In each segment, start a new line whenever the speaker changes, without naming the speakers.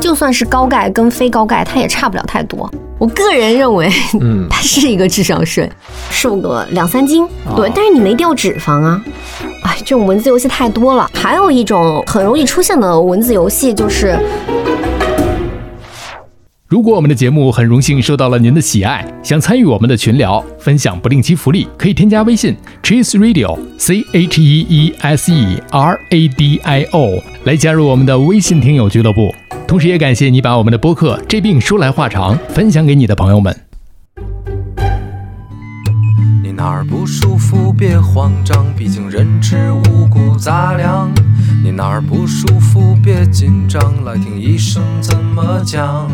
就算是高钙跟非高钙，它也差不了太多。我个人认为，
嗯
它是一个智商税，瘦个两三斤，对，
哦
但是你没掉脂肪啊。哎，这种文字游戏太多了。还有一种很容易出现的文字游戏就是，
如果我们的节目很荣幸受到了您的喜爱，想参与我们的群聊，分享不定期福利，可以添加微信 Cheese Radio C H E E S E R A D I O 来加入我们的微信听友俱乐部。同时也感谢你把我们的播客《这病说来话长》分享给你的朋友们。
你哪儿不舒服别慌张，毕竟人吃五谷杂粮。你哪儿不舒服别紧张，来听医生怎么讲。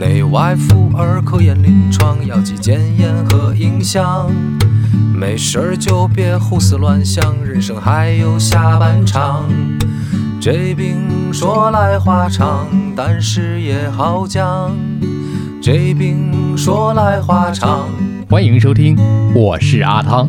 内外妇儿科研临床，药剂检验和影像。没事儿就别胡思乱想，人生还有下半场。这病说来话长，但是也好讲。这病说来话长。
欢迎收听，我是阿汤。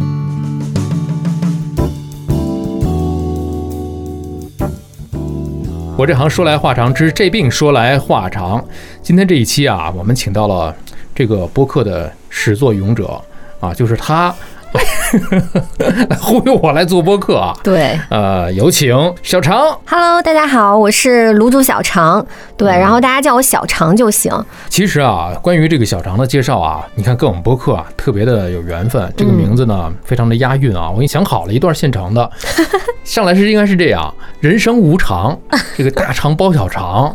我这行说来话长之这病说来话长。今天这一期啊，我们请到了这个播客的始作俑者啊，就是他 来忽悠我来做播客啊。
对，
呃，有请小常。
Hello，大家好，我是卤煮小肠，对，
嗯
然后大家叫我小肠就行。
其实啊，关于这个小常的介绍啊，你看跟我们播客啊特别的有缘分。这个
嗯
名字呢，非常的押韵啊。我给你想好了一段现成的， 上来是应该是这样：人生无常，这个大肠包小肠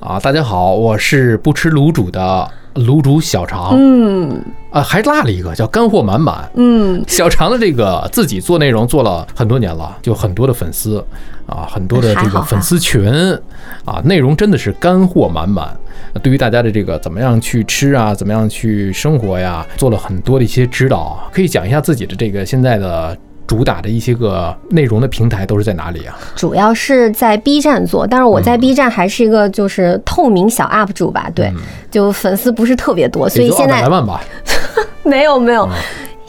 啊。大家好，我是不吃卤煮的卤煮小肠。
嗯
啊，还落了一个叫干货满满。
嗯，
小常的这个自己做内容做了很多年了，就很多的粉丝啊，很多的这
还好
个
吧
粉丝群啊，内容真的是干货满满。对于大家的这个怎么样去吃啊，怎么样去生活呀，做了很多的一些指导。可以讲一下自己的这个现在的主打的一些个内容的平台都是在哪里啊？
主要是在 B 站做，但是我
嗯
在 B 站还是一个就是透明小 UP 主吧，对，就粉丝不是特别多，所以
也就
现
200
在
来万吧。
没有没有。
嗯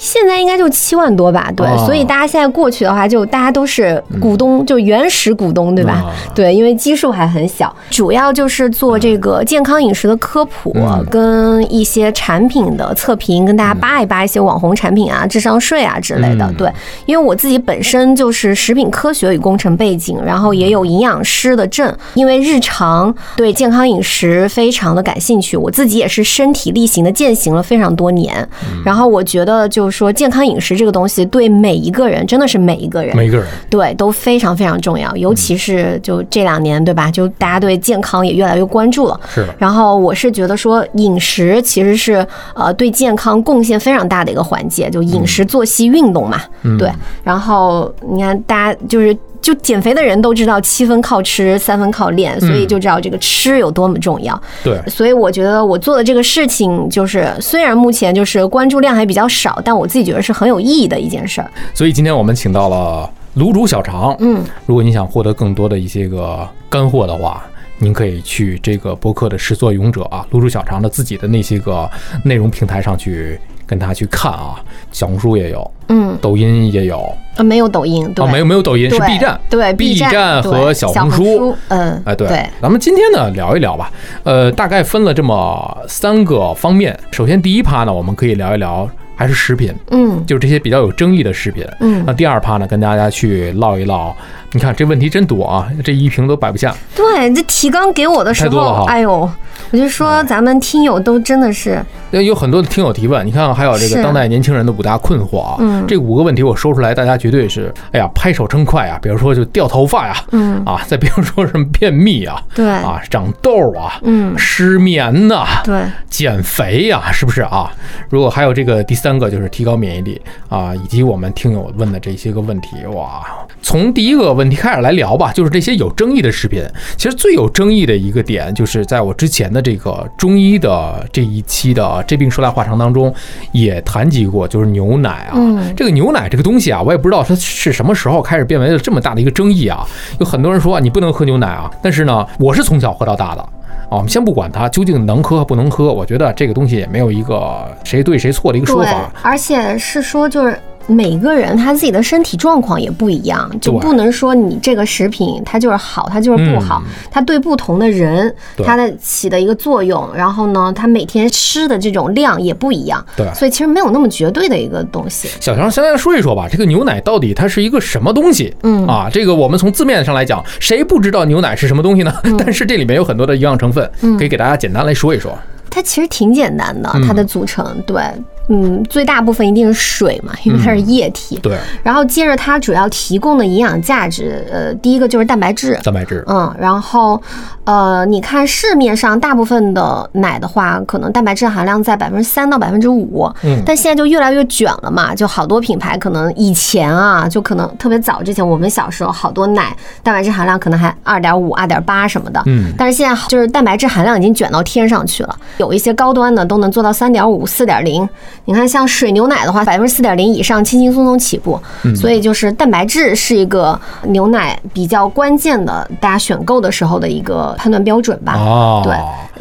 现在应该就七万多吧，对，
哦
所以大家现在过去的话，就大家都是股东，就原始股东，对吧？
嗯啊
对，因为基数还很小，主要就是做这个健康饮食的科普，啊
嗯
跟一些产品的测评，跟大家扒一扒一些网红产品啊、智商税啊之类的。
嗯
对，因为我自己本身就是食品科学与工程背景，然后也有营养师的证，因为日常对健康饮食非常的感兴趣，我自己也是身体力行的践行了非常多年。
嗯
然后我觉得就是说，健康饮食这个东西对每一个人，真的是每一个人，
每一个人
对，都非常非常重要，尤其是就这两年，对吧？就大家对健康也越来越关注了。
是的。
然后我是觉得说，饮食其实是呃对健康贡献非常大的一个环节，就饮食、作息、运动嘛。
嗯
对。然后你看，大家就是就减肥的人都知道，七分靠吃，三分靠
嗯
练，所以就知道这个吃有多么重要。
对，
所以我觉得我做的这个事情，就是虽然目前就是关注量还比较少，但我自己觉得是很有意义的一件事儿。
所以今天我们请到了卤煮小肠。
嗯，
如果你想获得更多的一些个干货的话，您可以去这个播客的始作俑者啊，露出小肠的自己的那些个内容平台上去跟他去看啊，小红书也有，
嗯，
抖音也有
啊，没有抖音，对。
啊，没有没有抖音是
对
B 站，
对
B 站和
对
小
小
红书
书，嗯，
哎，对，咱们今天呢聊一聊吧，呃，大概分了这么三个方面。首先第一趴呢，我们可以聊一聊还是食品，
嗯
就是这些比较有争议的食品。
嗯
那，第二趴呢，跟大家去唠一唠。你看这问题真多啊，这一瓶都摆不下。
对，这提纲给我的时
太多了
候
哈，嗯
哎呦，我就说咱们听友都真的是，
那有很多听友提问，你看还有这
是
个当代年轻人的五大困惑啊，
嗯
这五个问题我说出来，大家绝对是，哎呀，拍手称快啊，比如说就掉头发呀、
嗯，
啊，再比如说什么便秘啊，
对，
啊，长痘啊，
嗯，
失眠呐、
对，
减肥呀、是不是啊？如果还有这个第三个就是提高免疫力啊，以及我们听友问的这些个问题，哇，从第一个问题开始来聊吧，就是这些有争议的食品。其实最有争议的一个点，就是在我之前的这个中医的这一期的这病说来话长当中也谈及过，就是牛奶啊，
嗯
这个牛奶这个东西啊，我也不知道它是什么时候开始变为了这么大的一个争议啊。有很多人说啊，你不能喝牛奶啊，但是呢，我是从小喝到大的。啊，我们先不管它究竟能喝不能喝，我觉得这个东西也没有一个谁对谁错的一个说
对
法。，
而且是说就是每个人他自己的身体状况也不一样，就
对
不能说你这个食品它就是好，它就是不好，
嗯
它对不同的人
对
它的起的一个作用，然后呢，它每天吃的这种量也不一样，
对
所以其实没有那么绝对的一个东西。
小强，先来说一说吧，这个牛奶到底它是一个什么东西？嗯啊，这个我们从字面上来讲，谁不知道牛奶是什么东西呢？
嗯
但是这里面有很多的营养成分，可以给大家简单来说一说。
它其实挺简单的，它的组成，对，嗯，最大部分一定是水嘛，因为它是液体。
对，
然后接着它主要提供的营养价值，呃，第一个就是蛋白质。
蛋白质，
嗯，然后，呃，你看市面上大部分的奶的话，可能蛋白质含量在百分之三到百分之五，
嗯
但现在就越来越卷了嘛，就好多品牌可能以前啊，就可能特别早之前，我们小时候好多奶蛋白质含量可能还二点五、二点八什么的，
嗯，
但是现在就是蛋白质含量已经卷到天上去了，有一些高端的都能做到三点五、四点零。你看，像水牛奶的话，百分之四点零以上轻轻松松起步。
嗯
所以就是蛋白质是一个牛奶比较关键的，大家选购的时候的一个判断标准吧。
哦，
嗯对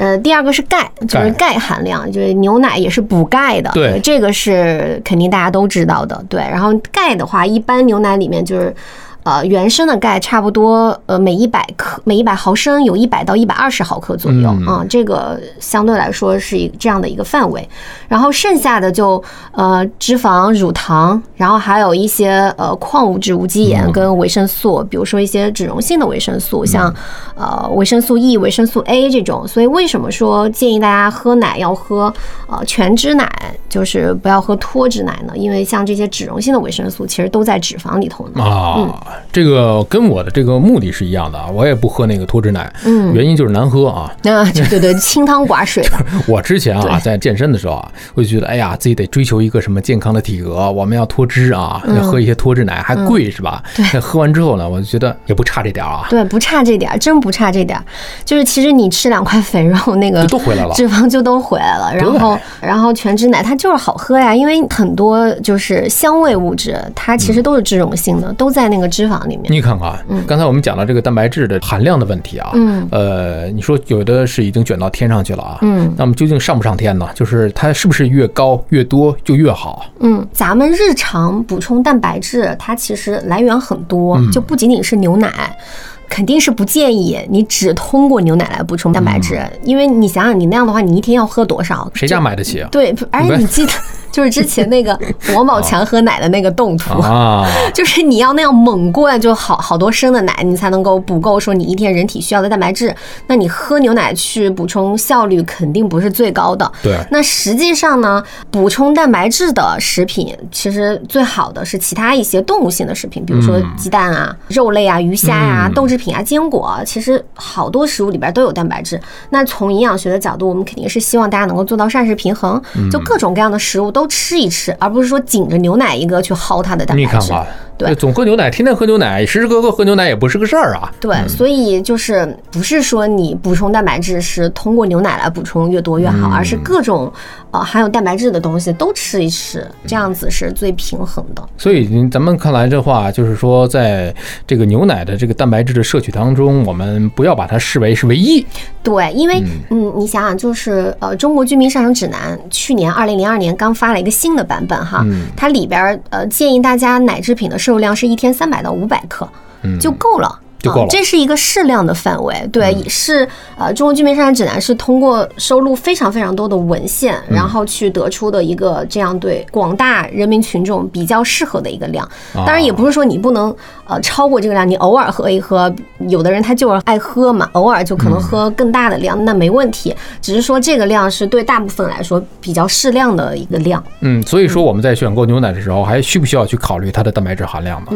呃，第二个是钙，就是钙含量，就是牛奶也是补钙的，
对
这个是肯定大家都知道的，对。然后钙的话，一般牛奶里面就是。呃，原生的钙差不多，呃，每一百克每一百毫升有一百到一百二十毫克左右，
嗯
啊，这个相对来说是一这样的一个范围。然后剩下的就呃脂肪、乳糖，然后还有一些呃矿物质、无机
嗯
盐跟维生素，比如说一些脂溶性的维生素，像
嗯
呃维生素 E、维生素 A 这种。所以为什么说建议大家喝奶要喝呃全脂奶，就是不要喝脱脂奶呢？因为像这些脂溶性的维生素其实都在脂肪里头呢。
啊，这个跟我的这个目的是一样的啊，我也不喝那个脱脂奶，
嗯
原因就是难喝啊。
那、 对对对，清汤寡水的，
我之前啊，
对
在健身的时候啊，会觉得哎呀，自己得追求一个什么健康的体格，我们要脱脂啊，
嗯
要喝一些脱脂奶，还贵是吧？那喝完之后呢，我就觉得也不差这点儿啊，
对，不差这点儿，真不差这点儿。就是其实你吃两块肥肉，那个
就都回来了
脂肪就都回来了。然后，然后全脂奶它就是好喝呀，因为很多就是香味物质，它其
嗯
实都是脂溶性的，都在那个脂肪里面。嗯
你看看，刚才我们讲到这个蛋白质的含量的问题啊，
嗯，
呃，你说有的是已经卷到天上去了啊，
嗯，
那么究竟上不上天呢？就是它是不是越高越多就越好？
嗯，咱们日常补充蛋白质，它其实来源很多，
嗯
就不仅仅是牛奶。肯定是不建议你只通过牛奶来补充蛋白质，
嗯
因为你想想，你那样的话，你一天要喝多少？
谁家买得起啊？
对，而且你记得， 就是之前那 个王
哦
宝强喝奶的那个动图，
啊，
就是你要那样猛灌，就好好多升的奶，你才能够补够说你一天人体需要的蛋白质。那你喝牛奶去补充效率肯定不是最高的。
对，
那实际上呢，补充蛋白质的食品，其实最好的是其他一些动物性的食品，比如说鸡蛋啊、肉类啊、鱼虾呀、
嗯
豆制品啊、坚果啊，其实好多食物里边都有蛋白质。那从营养学的角度，我们肯定是希望大家能够做到膳食平衡，
嗯
就各种各样的食物都吃一吃，而不是说紧着牛奶一个去薅它的蛋白
你
质。
看吧，
对
这总喝牛奶，天天喝牛奶，时时刻刻喝牛奶也不是个事儿啊。
对，所以就是不是说你补充蛋白质是通过牛奶来补充越多越好，而是各种呃含有蛋白质的东西都吃一吃，这样子是最平衡的。
所以您咱们看来的话，就是说，在这个牛奶的这个蛋白质的摄取当中，我们不要把它视为是唯一。
对，因为嗯，你想想，就是呃，《中国居民膳食指南》去年二零零二年刚发了一个新的版本哈，
嗯
它里边儿呃建议大家奶制品的摄入量是一天三百到五百克，就够了。
嗯就够了嗯
啊这是一个适量的范围，对，是呃，《中国居民膳食指南》是通过收录非常非常多的文献，
嗯
然后去得出的一个这样对广大人民群众比较适合的一个量。当然，也不是说你不能呃超过这个量，你偶尔喝一喝，有的人他就是爱喝嘛，偶尔就可能喝更大的量，那没问题。只是说这个量是对大部分来说比较适量的一个量。
嗯，所以说我们在选购牛奶的时候，还需不需要去考虑它的蛋白质含量呢？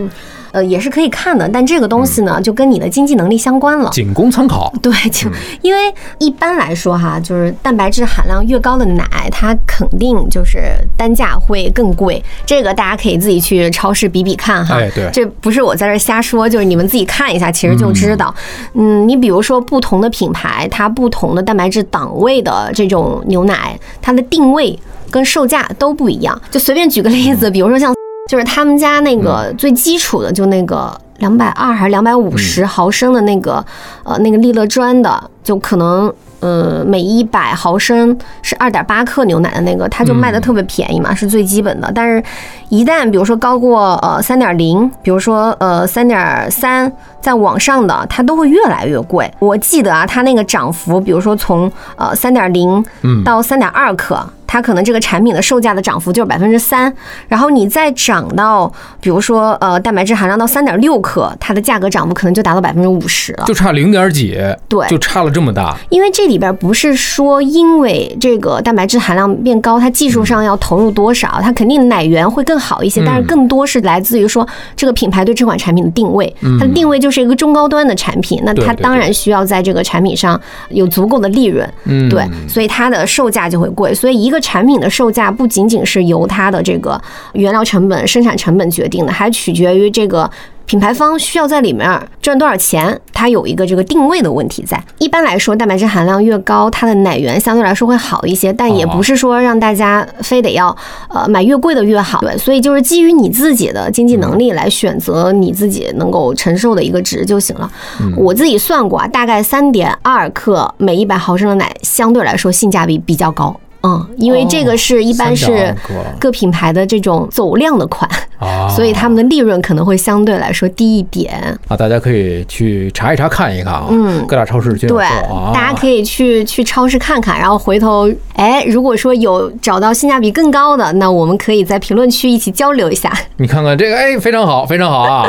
呃，也是可以看的，但这个东西呢，就跟你的经济能力相关了。
仅供参考。
对，就因为一般来说哈，就是蛋白质含量越高的奶，它肯定就是单价会更贵。这个大家可以自己去超市比比看哈。
哎对
这不是我在这儿瞎说，就是你们自己看一下，其实就知道。嗯你比如说不同的品牌，它不同的蛋白质档位的这种牛奶，它的定位跟售价都不一样。就随便举个例
嗯
子，比如说像就是他们家那个最基础的，就那个两百二还是两百五十毫升的那个，呃，那个利乐砖的，就可能呃每一百毫升是二点八克牛奶的那个，它就卖的特别便宜嘛，是最基本的。但是，一旦比如说高过呃三点零，比如说呃三点三再往上的，它都会越来越贵。我记得啊，它那个涨幅，比如说从呃三点零到三点二克。它可能这个产品的售价的涨幅就是百分之三，然后你再涨到，比如说呃蛋白质含量到三点六克，它的价格涨幅可能就达到百分之五十了。
就差零点几，
对
就差了这么大。
因为这里边不是说因为这个蛋白质含量变高，它技术上要投入多少，
嗯
它肯定奶源会更好一些，但是更多是来自于说这个品牌对这款产品的定位，它的定位就是一个中高端的产品，那
嗯对
它
对
当然需要在这个产品上有足够的利润，
嗯，
对，所以它的售价就会贵。所以一个产品的售价不仅仅是由它的这个原料成本、生产成本决定的，还取决于这个。品牌方需要在里面赚多少钱，它有一个这个定位的问题在。一般来说，蛋白质含量越高，它的奶源相对来说会好一些，但也不是说让大家非得要呃买越贵的越好。对，所以就是基于你自己的经济能力来选择你自己能够承受的一个值就行了。我自己算过啊，大概三点二克每一百毫升的奶，相对来说性价比比较高。嗯，因为这个是一般是
3.2克
各品牌的这种走量的款，
啊，
所以他们的利润可能会相对来说低一点。
啊，大家可以去查一查看一看啊，
嗯
各大超市均有
对
售啊，，
大家可
以。
以去去超市看看，然后回头，哎，如果说有找到性价比更高的，那我们可以在评论区一起交流一下。
你看看这个，哎，非常好，非常好啊！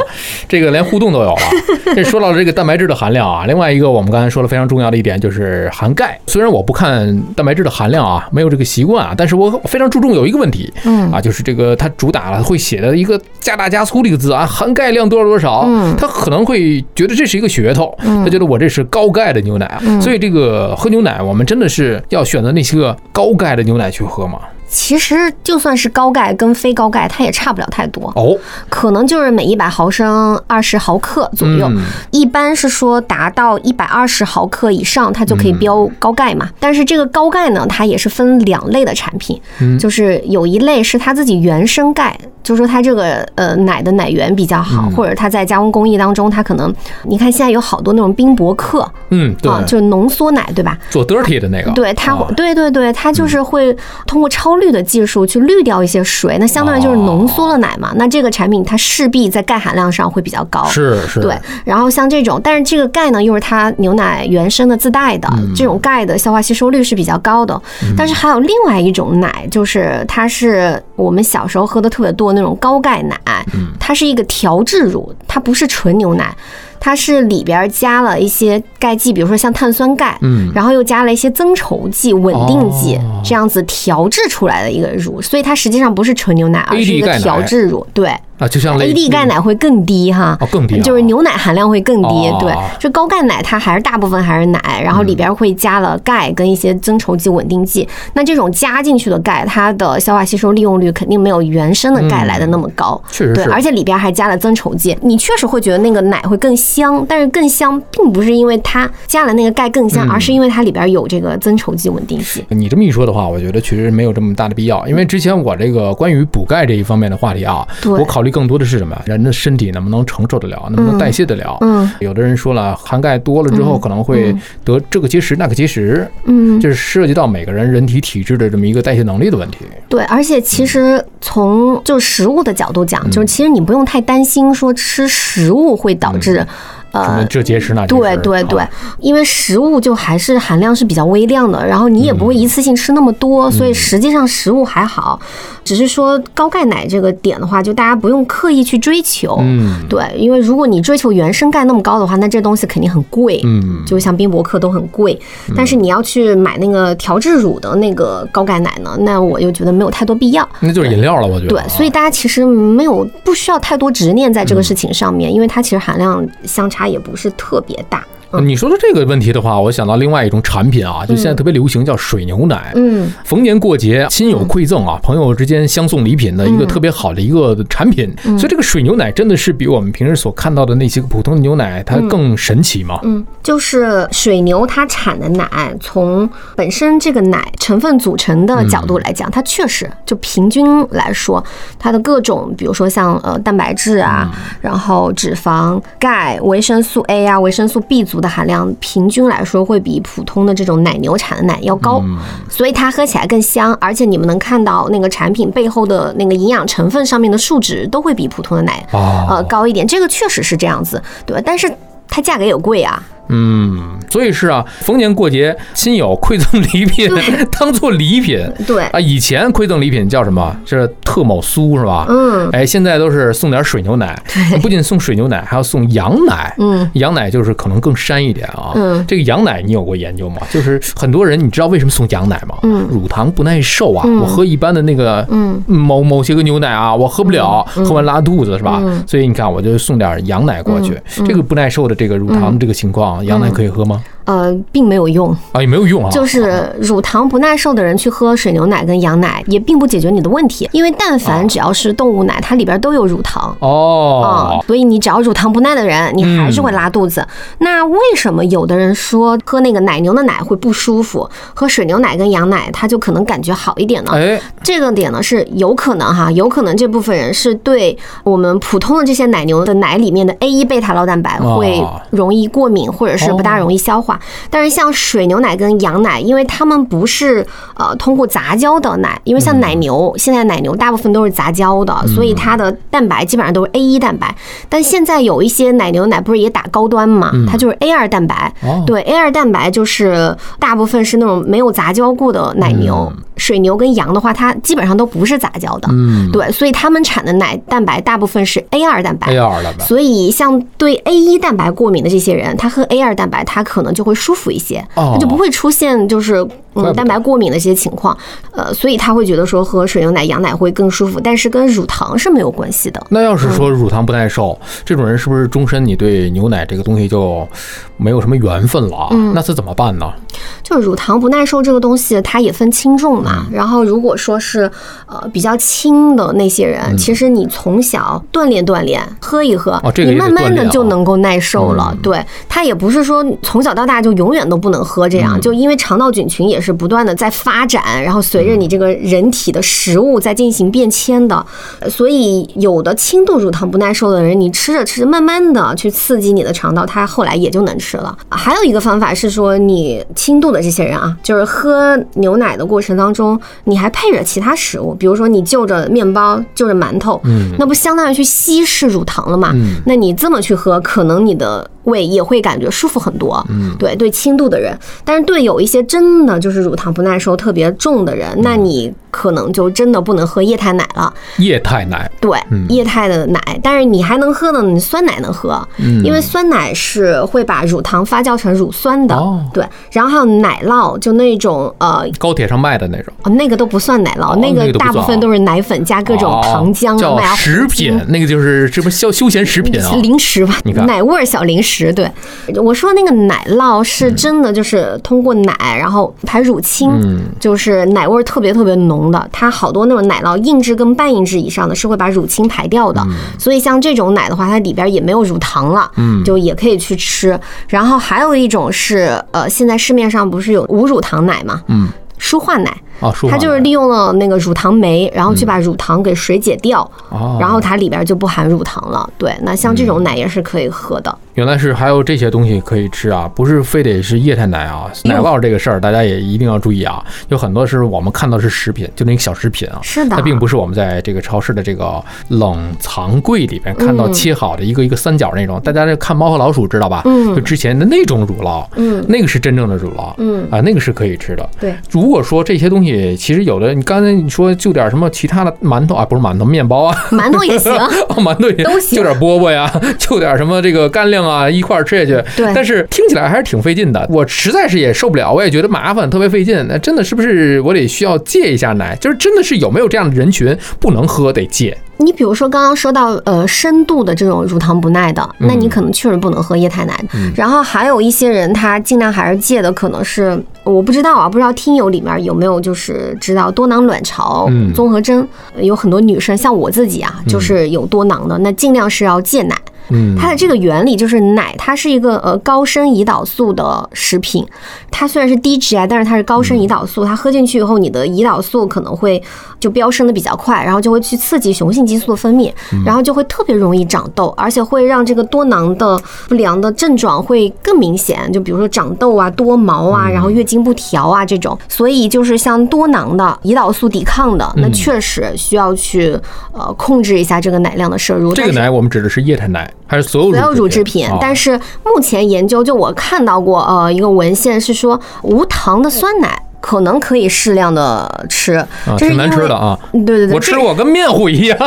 这个连互动都有了。 这说到了这个蛋白质的含量啊，另外一个我们刚才说了非常重要的一点就是含钙。虽然我不看蛋白质的含量啊，没有这个习惯啊，但是我非常注重有一个问题，
嗯
啊，就是这个它主打了会写的一个加大加粗的一个字啊，含钙量多少多少，
嗯
他可能会觉得这是一个噱头，他觉得我这是高钙的牛奶啊，
嗯
所以这个喝牛奶我们真的是要选择那些个高钙的牛奶去喝嘛？
其实就算是高钙跟非高钙，它也差不了太多。
哦，
可能就是每一百毫升二十毫克左右，
嗯
一般是说达到一百二十毫克以上，它就可以标高钙
嗯
嘛。但是这个高钙呢，它也是分两类的产品，
嗯
就是有一类是它自己原生钙，就说它这个呃奶的奶源比较好，
嗯
或者它在加工工艺当中，它可能你看现在有好多那种冰博克
嗯，对，
啊，就是浓缩奶，对吧？
做 dirty 的那个，
对它
啊嗯
会，对对对，它就是会通过超滤的技术去滤掉一些水，那相当于就是浓缩了奶嘛。那这个产品它势必在钙含量上会比较高。。
是是，
对，然后像这种，但是这个钙呢，又是它牛奶原生的自带的，
嗯
这种钙的消化吸收率是比较高的。但是还有另外一种奶，就是它是我们小时候喝的特别多的那种高钙奶，
嗯
它是一个调制乳，它不是纯牛奶。它是里边儿加了一些钙剂，比如说像碳酸钙，
嗯
然后又加了一些增稠剂、稳定剂，
哦
这样子调制出来的一个乳，所以它实际上不是纯牛奶，而
AD
是一个
钙奶
调制乳。对
啊，就像类
，AD 呃钙奶会更低哈。
哦更低啊，
就是牛奶含量会更低，
哦嗯
对，就高钙奶它还是大部分还是奶，然后里边会加了钙跟一些增稠剂、稳定剂。那这种加进去的钙，它的消化吸收利用率肯定没有原生的
嗯
钙来的那么高，
确实
对，
是
而且里边还加了增稠剂，你确实会觉得那个奶会更香，但是更香并不是因为它加了那个钙更
嗯
香，而是因为它里边有这个增稠剂、稳定剂。
你这么一说的话，我觉得其实没有这么大的必要，因为之前我这个关于补钙这一方面的话题啊，
对
我考虑更多的是什么？人的身体能不能承受得了，能不能代谢得了？
嗯
有的人说了，含钙多了之后可能会得这个结石那个结石，
嗯，
这是涉及到每个人人体体质的这么一个代谢能力的问题。
对，而且其实从就食物的角度
嗯
讲，就是其实你不用太担心说吃食物会导致，
什么
呃。
啊这结石那结石，
对对对
啊，，
因为食物就还是含量是比较微量的，然后你也不会一次性吃那么多，
嗯
所以实际上食物还好，只是说高钙奶这个点的话，就大家不用刻意去追求。
嗯
对，因为如果你追求原生钙那么高的话，那这东西肯定很贵。
嗯，
就像冰博克都很贵，但是你要去买那个调制乳的那个高钙奶呢，那我又觉得没有太多必要。
那就是饮料了，我觉得。啊
对，所以大家其实没有不需要太多执念在这个
嗯
事情上面，因为它其实含量相差也不是特别大。嗯
你说的这个问题的话，我想到另外一种产品啊，就现在特别流行叫水牛奶。
嗯，
逢年过节，亲友馈赠啊，朋友之间相送礼品的一个
嗯
特别好的一个产品。所以这个水牛奶真的是比我们平时所看到的那些个普通的牛奶它更神奇嘛？
嗯，就是水牛它产的奶，从本身这个奶成分组成的角度来讲，它确实就平均来说，它的各种，比如说像呃蛋白质啊，然后脂肪、钙、维生素 A 啊、维生素 B 族的含量平均来说会比普通的这种奶牛产的奶要高，所以它喝起来更香。而且你们能看到那个产品背后的那个营养成分上面的数值都会比普通的奶
哦
呃高一点，这个确实是这样子，对吧？但是它价格也贵啊，
嗯，所以是啊，逢年过节亲友馈赠礼 品，当做礼品。
对，
啊，以前馈赠礼品叫什么？是特某酥是吧？
嗯
哎，现在都是送点水牛奶，不仅送水牛奶，还要送羊奶。
嗯，
羊奶就是可能更膻一点啊。
嗯
这个羊奶你有过研究吗？就是很多人，你知道为什么送羊奶吗？
嗯
乳糖不耐受啊，
嗯
我喝一般的那个
嗯
某某些个牛奶啊，我喝不了，喝完拉肚子是吧？
嗯
所以你看，我就送点羊奶过去。
嗯嗯嗯
这个不耐受的这个乳糖这个情况，羊奶可以喝吗？
呃，并没有用，
啊，也没有用啊。
就是乳糖不耐受的人去喝水牛奶跟羊奶，也并不解决你的问题，因为但凡只要是动物奶，它里边都有乳糖。
哦，
嗯，所以你只要乳糖不耐的人，你还是会拉肚子。那为什么有的人说喝那个奶牛的奶会不舒服，喝水牛奶跟羊奶它就可能感觉好一点呢？
哎，
这个点呢是有可能哈，有可能这部分人是对我们普通的这些奶牛的奶里面的 A 1贝塔酪蛋白
哦
会容易过敏，或者是不大容易消化。但是像水牛奶跟羊奶，因为它们不是呃通过杂交的奶，因为像奶牛、现在奶牛大部分都是杂交的，所以它的蛋白基本上都是 A 1蛋白。但现在有一些奶牛奶不是也打高端嘛，它就是 A 2蛋白。
哦
对，A 2蛋白就是大部分是那种没有杂交过的
嗯
奶牛，水牛跟羊的话，它基本上都不是杂交的，
嗯，
对，所以它们产的奶蛋白大部分是 A 2蛋白。
A 二蛋白。
所以，像对 A 1蛋白过敏的这些人，他喝 A 2蛋白，他可能就会舒服一些，
哦
他就不会出现就是
怪不得
嗯蛋白过敏的一些情况。呃，所以他会觉得说喝水牛奶、羊奶会更舒服，但是跟乳糖是没有关系的。
那要是说乳糖不耐受，
嗯
这种人是不是终身你对牛奶这个东西就没有什么缘分了啊？
嗯
那他怎么办呢？
就是乳糖不耐受这个东西，它也分轻重嘛。
嗯
然后如果说是呃比较轻的那些人，其实你从小锻炼锻炼，喝一喝，
嗯哦这个
你
也得
慢慢
锻炼
的
啊嗯
就能够耐受了。对，它也不是说从小到大就永远都不能喝这
嗯
样，就因为肠道菌群也是不断的在发展，然后随着你这个人体的食物在进行变迁的，呃所以有的轻度乳糖不耐受的人，你吃着吃着，慢慢的去刺激你的肠道，它后来也就能吃了。啊还有一个方法是说，你轻度的这些人啊，就是喝牛奶的过程当中，你还配着其他食物，比如说你就着面包，就着馒头，嗯，那不相当于去稀释乳糖了嘛？嗯，那你这么去喝，可能你的胃也会感觉舒服很多。嗯，对对，轻度的人，但是对有一些真的就是乳糖不耐受特别重的人，那你可能就真的不能喝液态奶了。
液态奶
对，
嗯
液态的奶，但是你还能喝呢，你酸奶能喝，
嗯
因为酸奶是会把乳糖发酵成乳酸的，
哦
对，然后还有奶酪，就那种呃。
高铁上卖的那种，
哦那个都不算奶酪，
哦
那
那
个
个都不
大
算
部分
啊
都是奶粉加各种
哦
糖浆啊、
叫
麦芽
食
糊精
品，那个就是什么消休闲食品啊？
零食吧
你看，
奶味儿小零食。对，我说那个奶酪是真的，就是通过奶，然后排乳清，
嗯
就是奶味儿特别特别浓的。它好多那种奶酪，硬质跟半硬质以上的是会把乳清排掉的。
嗯
所以像这种奶的话，它里边也没有乳糖了，
嗯
就也可以去吃。然后还有一种是，呃，现在市面上不是有无乳糖奶嘛？嗯。舒化奶，
啊，舒
它
缓
就是
奶
利用了那个乳糖酶，然后去把乳糖给水解掉，
哦
然后它里边就不含乳糖了。对，那像这种奶也是可以喝的。
原来是还有这些东西可以吃啊，不是非得是液态奶啊。奶酪这个事儿，大家也一定要注意啊。有很多是我们看到是食品，就那个小食品啊，
嗯是的
它并不是我们在这个超市的这个冷藏柜里边看到切好的一个一个三角那种。大家这看《猫和老鼠》知道吧？
嗯
就之前的那种乳酪，
嗯
那个是真正的乳酪，
嗯
啊，那个是可以吃的。
对，
如果说这些东西，其实有的，你刚才你说就点什么其他的馒头啊，不是馒头，面包啊，
馒头也行。
哦，馒头也
都行
就点饽饽呀， 就点什么这个干粮啊，一块儿吃下去。
对
但是听起来还是挺费劲的。我实在是也受不了，我也觉得麻烦，特别费劲。那真的是不是我得需要戒一下奶？就是真的是有没有这样的人群不能喝得戒？
你比如说刚刚说到呃深度的这种乳糖不耐的，
嗯
那你可能确实不能喝液态奶。然后还有一些人他尽量还是戒的，可能是我不知道啊，不知道听友里面有没有就是知道多囊卵巢
嗯
综合征，有很多女生像我自己啊，就是有多囊的，那尽量是要戒奶。
嗯
它的这个原理就是奶，它是一个呃高升胰岛素的食品，它虽然是低 GI，但是它是高升胰岛素，它喝进去以后，你的胰岛素可能会就飙升的比较快，然后就会去刺激雄性激素的分泌，
嗯
然后就会特别容易长痘，而且会让这个多囊的不良的症状会更明显，就比如说长痘啊、多毛
嗯
啊，然后月经不调啊这种。所以就是像多囊的胰岛素抵抗的，
嗯
那确实需要去呃控制一下这个奶量的摄入。
这
但
个
是
奶我们指的是液态奶，还是所有
所有乳制品，但
是
是目前研究就我看到过，呃，一个文献是说无糖的酸奶可能可以适量的吃，
啊，
这是
挺
因为
难吃的啊。
对对对，
我吃
这
我跟面糊一样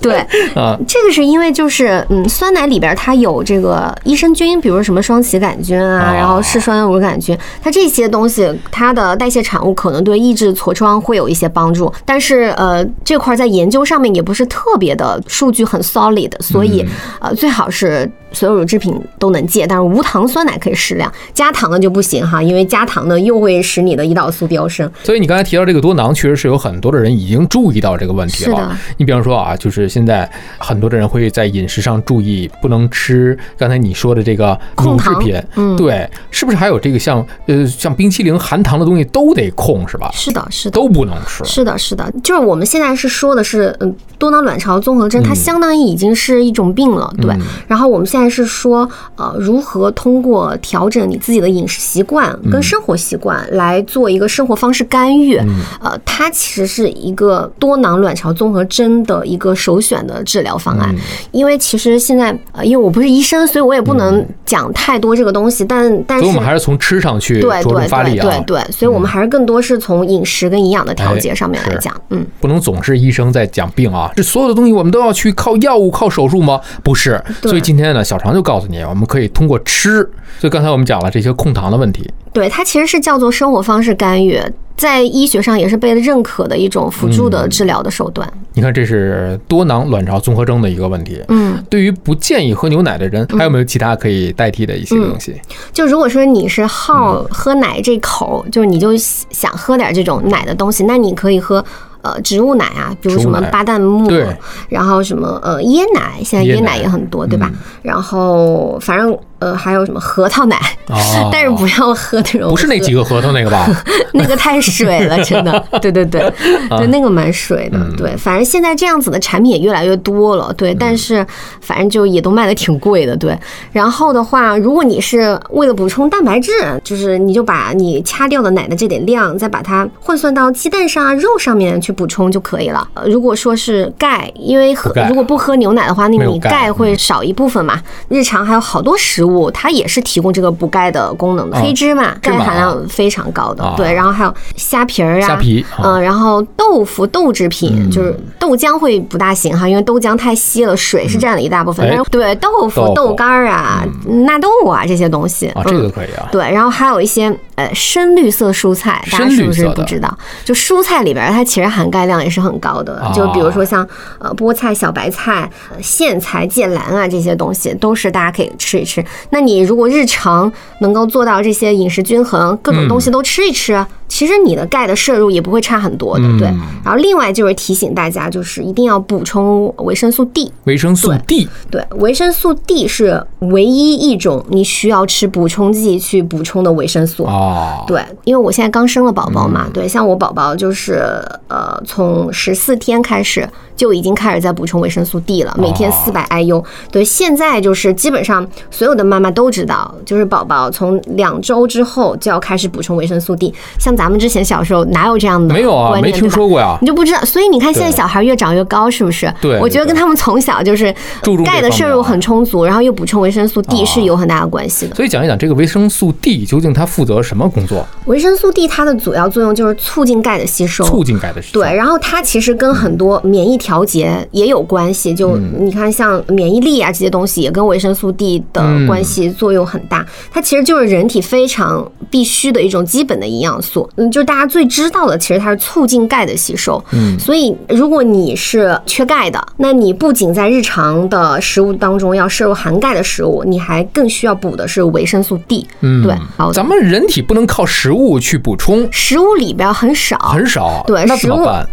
对，
啊，
这个是因为就是嗯，酸奶里边它有这个益生菌，比如什么双歧杆菌啊，
哦
然后嗜酸乳杆菌，它这些东西它的代谢产物可能对抑制痤疮会有一些帮助，但是呃这块在研究上面也不是特别的数据很 solid，所以、
嗯
呃最好是。所有乳制品都能戒，但是无糖酸奶可以适量，加糖的就不行哈，因为加糖的又会使你的胰岛素飙升。
所以你刚才提到这个多囊，确实是有很多的人已经注意到这个问题
是
了
的。
你比方说啊，就是现在很多的人会在饮食上注意，不能吃刚才你说的这个乳
控
制
糖
品，
嗯
对，是不是还有这个像呃像冰淇淋含糖的东西都得控是吧？
是的，是的。
都不能吃。
是的，是的，就是我们现在是说的是，嗯，多囊卵巢综合征，它相当于已经是一种病了，对。然后我们现在是说，呃，如何通过调整你自己的饮食习惯跟生活习惯来做一个生活方式干预，呃，它其实是一个多囊卵巢综合征的一个首选的治疗方案，因为其实现在，呃，因为我不是医生，所以我也不能讲太多这个东西，但但
所以我
是
们。还是从吃上去
对对
着重发
对
力啊
对，对，所以我们还是更多是从饮食跟营养的调节上面
哎
来
是
讲，嗯。
不能总是医生在讲病啊。这所有的东西我们都要去靠药物、靠手术吗？不是。
对
所以今天呢，小常就告诉你，我们可以通过吃。所以刚才我们讲了这些控糖的问题，
对，它其实是叫做生活方式干预，在医学上也是被认可的一种辅助
嗯
的治疗的手段。
你看这是多囊卵巢综合征的一个问题。
嗯，
对于不建议喝牛奶的人，还有没有其他可以代替的一些东西？
就如果说你是好
嗯
喝奶这口，就是你就想喝点这种奶的东西，那你可以喝。呃，植物奶啊，比如
植物
什么
奶
巴旦木
对，
然后什么呃椰奶，现在
椰
椰
奶嗯
奶也很多，对吧？然后反正呃还有什么核桃奶，
哦
但是不要喝那种
不是那几个核桃那个吧？
那个太水了，真的。对对对，
啊
对那个蛮水
嗯
的。对，反正现在这样子的产品也越来越多了。对，但是反正就也都卖的挺贵的。对，然后的话，如果你是为了补充蛋白质，就是你就把你掐掉的奶的这点量，再把它换算到鸡蛋上啊、肉上面去补充就可以了。呃如果说是钙，因为喝
不钙
如果不喝牛奶的话，那
没有
你
钙嗯
钙会少一部分嘛。日常还有好多食物，它也是提供这个补钙的功能的。
啊
黑芝麻
芝
钙
麻
含
啊
量非常高的，
啊
对，然后还有虾皮儿啊，
虾皮啊嗯
嗯、然后豆腐、豆制品，就是豆浆会不大行哈，因为豆浆太稀了，水是占了一大部分。
哎
但是对豆腐、
豆腐嗯
豆干儿啊、纳豆啊这些东西，
啊，
嗯
这个可以啊。
对，然后还有一些呃深绿色蔬菜，大家
深
是
绿
不是
色的
不知道？就蔬菜里边儿它其实含钙量也是很高的，
啊
就比如说像呃菠菜、小白菜、呃苋菜、芥蓝啊这些东西，都是大家可以吃一吃。那你如果日常能够做到这些饮食均衡，各种东西都吃一吃，其实你的钙的摄入也不会差很多的。对，
嗯
然后另外就是提醒大家，就是一定要补充维生素 D。
维生素 D
对，维生素 D 是唯一一种你需要吃补充剂去补充的维生素。
啊，
对，因为我现在刚生了宝宝嘛，
嗯
对，像我宝宝就是呃，从十四天开始就已经开始在补充维生素 D 了，每
哦
天四百 IU。对，现在就是基本上所有的妈妈都知道，就是宝宝从两周之后就要开始补充维生素 D。像咱们之前小时候哪有这样的
没有啊，
观
没
念
听。
对吧
说过呀。
你就不知道，所以你看现在
对
小孩越长越高，是不是？
对
我觉得
对
跟他们从小就是
注重这
钙的
方
摄
面
入
啊
很充足，然后又补充维生素 D 是有很大的关系的。
所以讲一讲这个维生素 D 究竟它负责什么工作，
维生素 D 它的主要作用就是促进钙的吸收，
促进钙的吸收。
对，然后它其实跟很多免疫调节也有关系，就你看像免疫力啊这些东西也跟维生素 D 的关系作用很大，它其实就是人体非常必须的一种基本的营养素。嗯，就是大家最知道的，其实它是促进钙的吸收。嗯，所以如果你是缺钙的，那你不仅在日常的食物当中要摄入含钙的食物，你还更需要补的是维生素 D。嗯，对，好，
咱们人体不能靠食物去补充，
食物里边很少，
很少，啊
对
那
食
怎么
物
办？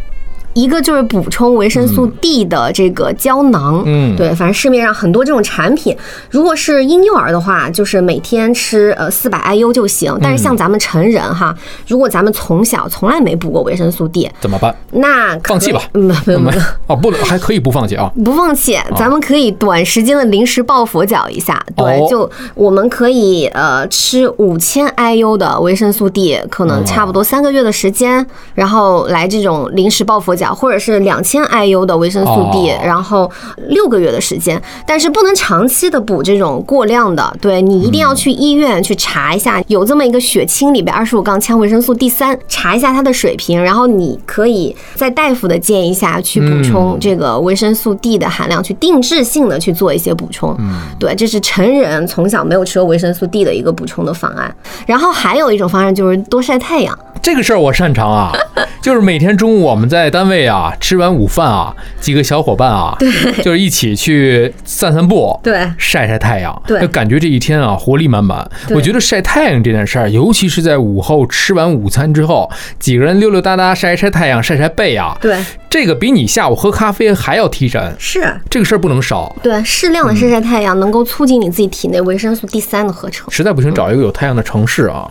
一个就是补充维生素 D 的这个胶囊，
嗯
对，反正市面上很多这种产品。如果是婴幼儿的话，就是每天吃呃四百 IU 就行。但
嗯
是像咱们成人哈，如果咱们从小从来没补过维生素 D，
怎么办？
那可
放弃吧
嗯，不用不用。
哦，不能，还可以不放弃啊。
不放弃，咱们可以短时间的临时抱佛脚一下。对，
哦
就我们可以呃吃五千 IU 的维生素 D，可能差不多三个月的时间，然后来这种临时抱佛脚，或者是两千 IU 的维生素 D，、
哦
然后六个月的时间，但是不能长期的补这种过量的。对你一定要去医院去查一下，有这么一个血清里边二十五杠羟维生素 D 三，查一下它的水平，然后你可以在大夫的建议下去补充这个维生素 D 的含量，去定制性的去做一些补充。对，这是成人从小没有吃过维生素 D 的一个补充的方案。然后还有一种方案就是多晒太阳。
这个事儿我擅 长啊，就是每天中午我们在单位啊吃完午饭啊，几个小伙伴啊，就是一起去散散步，
对
晒晒太阳，
对
就感觉这一天啊活力满满。
对
我觉得晒太阳这件事儿，尤其是在午后吃完午餐之后，几个人溜溜达达晒一晒太阳，晒晒背啊，
对，
这个比你下午喝咖啡还要提神，
是。
这个事儿不能少。
对，啊适量
嗯
的晒晒太阳，能够促进你自己体内维生素 D 三的合成。
实在不行，找一个有太阳的城 市啊，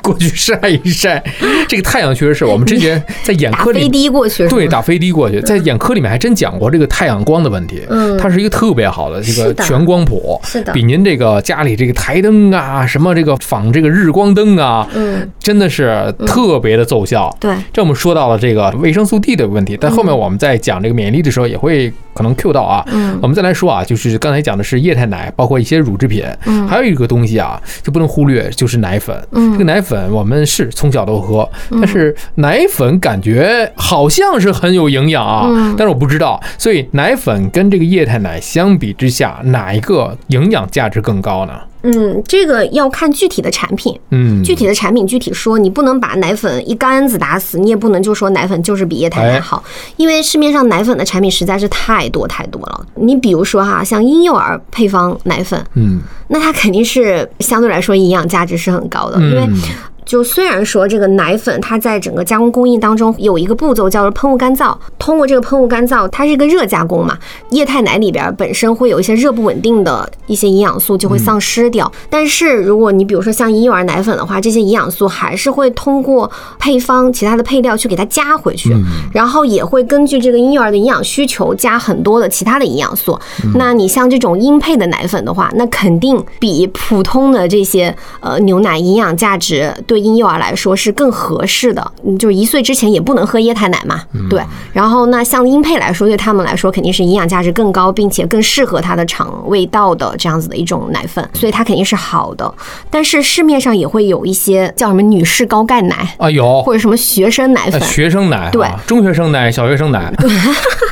过去晒一晒。这个太阳确实是我们之前在眼
打
科里
飞的过去是吗，
对，打飞的过去，在眼科里面还真讲过这个太阳光的问题。
嗯
它是一个特别好的这
是
个
的
全光谱，
是的
比您这个家里这个台灯啊，什么这个仿这个日光灯啊，
嗯，
真的是特别的奏效。
对，
这我们说到了这个维生素 D 的问题，但后面我们在讲这个免疫力的时候也会可能 Q 到啊。
嗯
我们再来说啊，就是刚才讲的是液态奶，包括一些乳制品，
嗯
还有一个东西啊，就不能忽略，就是奶粉。
嗯
这个奶粉我们是从小都喝，但是奶粉感觉好像是很有营养啊，
嗯
但是我不知道，所以奶粉跟这个液态奶相比之下，哪一个营养价值更高呢？
嗯，这个要看具体的产品。
嗯，
具体的产品具体说，你不能把奶粉一竿子打死，你也不能就说奶粉就是比液态奶好，
哎
因为市面上奶粉的产品实在是太多太多了。你比如说哈，像婴幼儿配方奶粉，
嗯，
那它肯定是相对来说营养价值是很高的，因为
嗯
就虽然说这个奶粉它在整个加工工艺当中有一个步骤叫做喷雾干燥，通过这个喷雾干燥，它是一个热加工嘛，液态奶里边本身会有一些热不稳定的一些营养素就会丧失掉。但是如果你比如说像婴幼儿奶粉的话，这些营养素还是会通过配方其他的配料去给它加回去，然后也会根据这个婴幼儿的营养需求加很多的其他的营养素。那你像这种婴配的奶粉的话，那肯定比普通的这些呃牛奶营养价值对婴幼儿来说是更合适的。嗯就是一岁之前也不能喝液态奶嘛，
嗯
对。然后那像婴配来说，对他们来说肯定是营养价值更高，并且更适合他的肠胃道的这样子的一种奶粉，所以它肯定是好的。但是市面上也会有一些叫什么女士高钙奶。
啊有
或。者什么学生奶
呃
粉，
学生奶、啊，
对
中学生奶、小学生奶，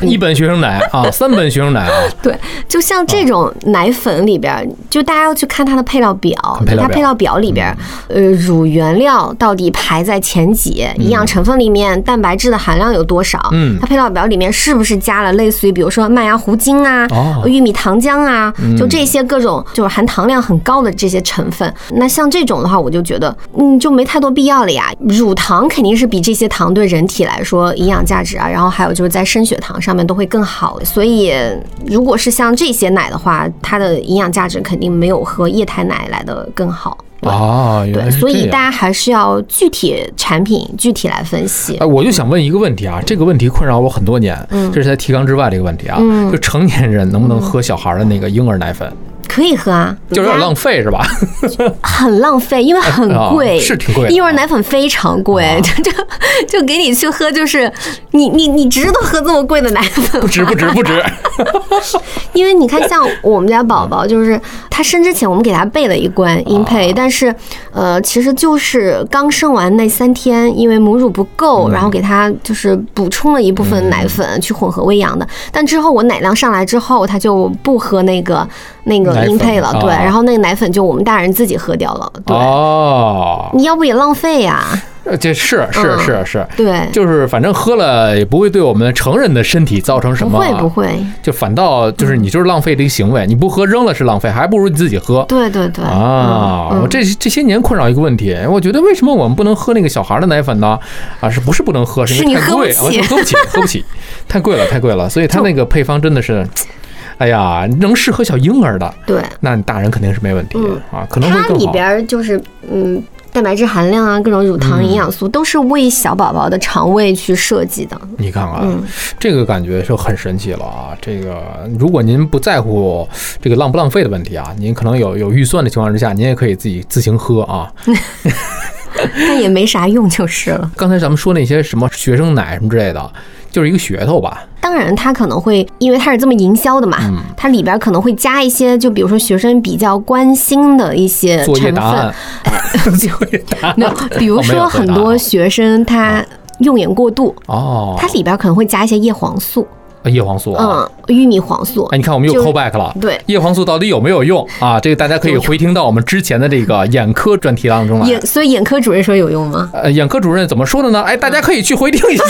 一本学生奶 啊，三本学生奶啊，
对，就像
哦
这种奶粉里边儿，就大家要去看它的配料表，
看配料
它
表嗯
配料表里边儿，呃，乳原料到底排在前几，营养成分里面蛋白质的含量有多少？
嗯
它配料表里面是不是加了类似于比如说麦芽糊精啊、
哦
玉米糖浆啊，
嗯
就这些各种就是含糖量很高的这些成分。那像这种的话，我就觉得，嗯，就没太多必要了呀。乳糖肯定是比这些糖对人体来说营养价值啊，然后还有就是在升血糖上面都会更好。所以，如果是像这些奶的话，它的营养价值肯定没有喝液态奶来的更好。
啊，原
对，
来是
所以
这样
大家还是要具体产品具体来分析
哎，。我就想问一个问题啊，这个问题困扰我很多年，
嗯
这是在提纲之外这个问题啊，就成年人能不能喝小孩的那个婴儿奶粉，
可以喝啊，
就是有点
大家
浪 费是吧？
很浪费，因为很贵，
啊是哦挺贵的
婴儿奶粉非常贵，这这 就给你去喝，就是你你你值得喝这么贵的奶粉
不值不值不值，
因为你看，像我们家宝宝，就是他生之前我们给他备了一罐婴
哦
配，但是呃，其实就是刚生完那三天，因为母乳不够，
嗯
然后给他就是补充了一部分奶粉去混合喂养的。但之后我奶量上来之后，他就不喝那个那
奶
个
粉
婴配了
啊，
对，然后那个奶粉就我们大人自己喝掉了，对。
哦。
你要不也浪费呀、
呃，这是是
嗯
是是，
对，
就是反正喝了也不会对我们成人的身体造成什
不
么啊、
会不会，
就反倒就是你就是浪费的一个行为，你不喝扔了是浪费，还不如你自己喝。
对对对
啊，
嗯嗯
我这这些年困扰一个问题，哎我觉得为什么我们不能喝那个小孩的奶粉呢？啊，是不是不能喝？
是
因为
你
太
喝不
贵，啊
起
我喝不起，喝不起，太贵了，太贵了。所以它
就
那个配方真的是，哎呀，能适合小婴儿的，
对。
那你大人肯定是没问题
嗯
啊，可能会
它
更
里
好。
边儿就是嗯，蛋白质含量啊，各种乳
嗯
糖、营养素都是为小宝宝的肠胃去设计的。
你看啊，
嗯
这个感觉是很神奇了啊！这个如果您不在乎这个浪不浪费的问题啊，您可能有有预算的情况之下，您也可以自己自行喝啊。
但也没啥用就是了。
刚才咱们说那些什么学生奶什么之类的，就是一个噱头吧。
当然，它可能会因为它是这么营销的嘛，
嗯
它里边儿可能会加一些，就比如说学生比较关心的一些
作业
成
答案
分，，
作业答案
没有，比如
哦没有
说很
作业答
多
案
学生他用眼过度，
哦，
它里边儿可能会加一些叶黄素，
叶黄素啊，
嗯，玉米黄素
哎，，你看我们又
就是
call back 了。
对。
叶黄素到底有没有用啊？这个大家可以回听到我们之前的这个眼科专题当中来。
眼，所以眼科主任说有用吗？
呃，眼科主任怎么说的呢？哎，大家可以去回听一下。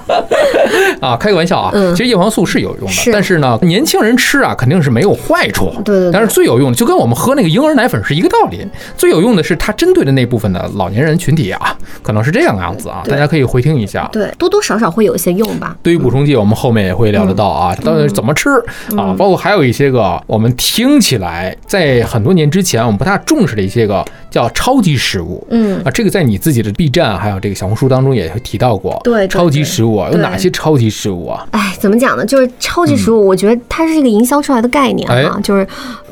啊，开个玩笑啊，
嗯
其实叶黄素是有用的，
是
但是呢，年轻人吃啊肯定是没有坏处。
对对对
但是最有用的，就跟我们喝那个婴儿奶粉是一个道理。最有用的是它针对的那部分的老年人群体啊，可能是这样样子啊，
对
大家可以回听一下。
对，多多少少会有一些用吧。
对于补充剂，我们后面也会聊得到啊，
嗯
到底怎么吃啊，包括还有一些个我们听起来在很多年之前我们不大重视的一些个叫超级食物，
嗯，
啊，这个在你自己的 B 站还有这个小红书当中也提到过，
对对
超级食物啊，有
对
哪些超级食物啊？
哎，怎么讲呢？就是超级食物，我觉得它是一个营销出来的概念啊，
哎
就是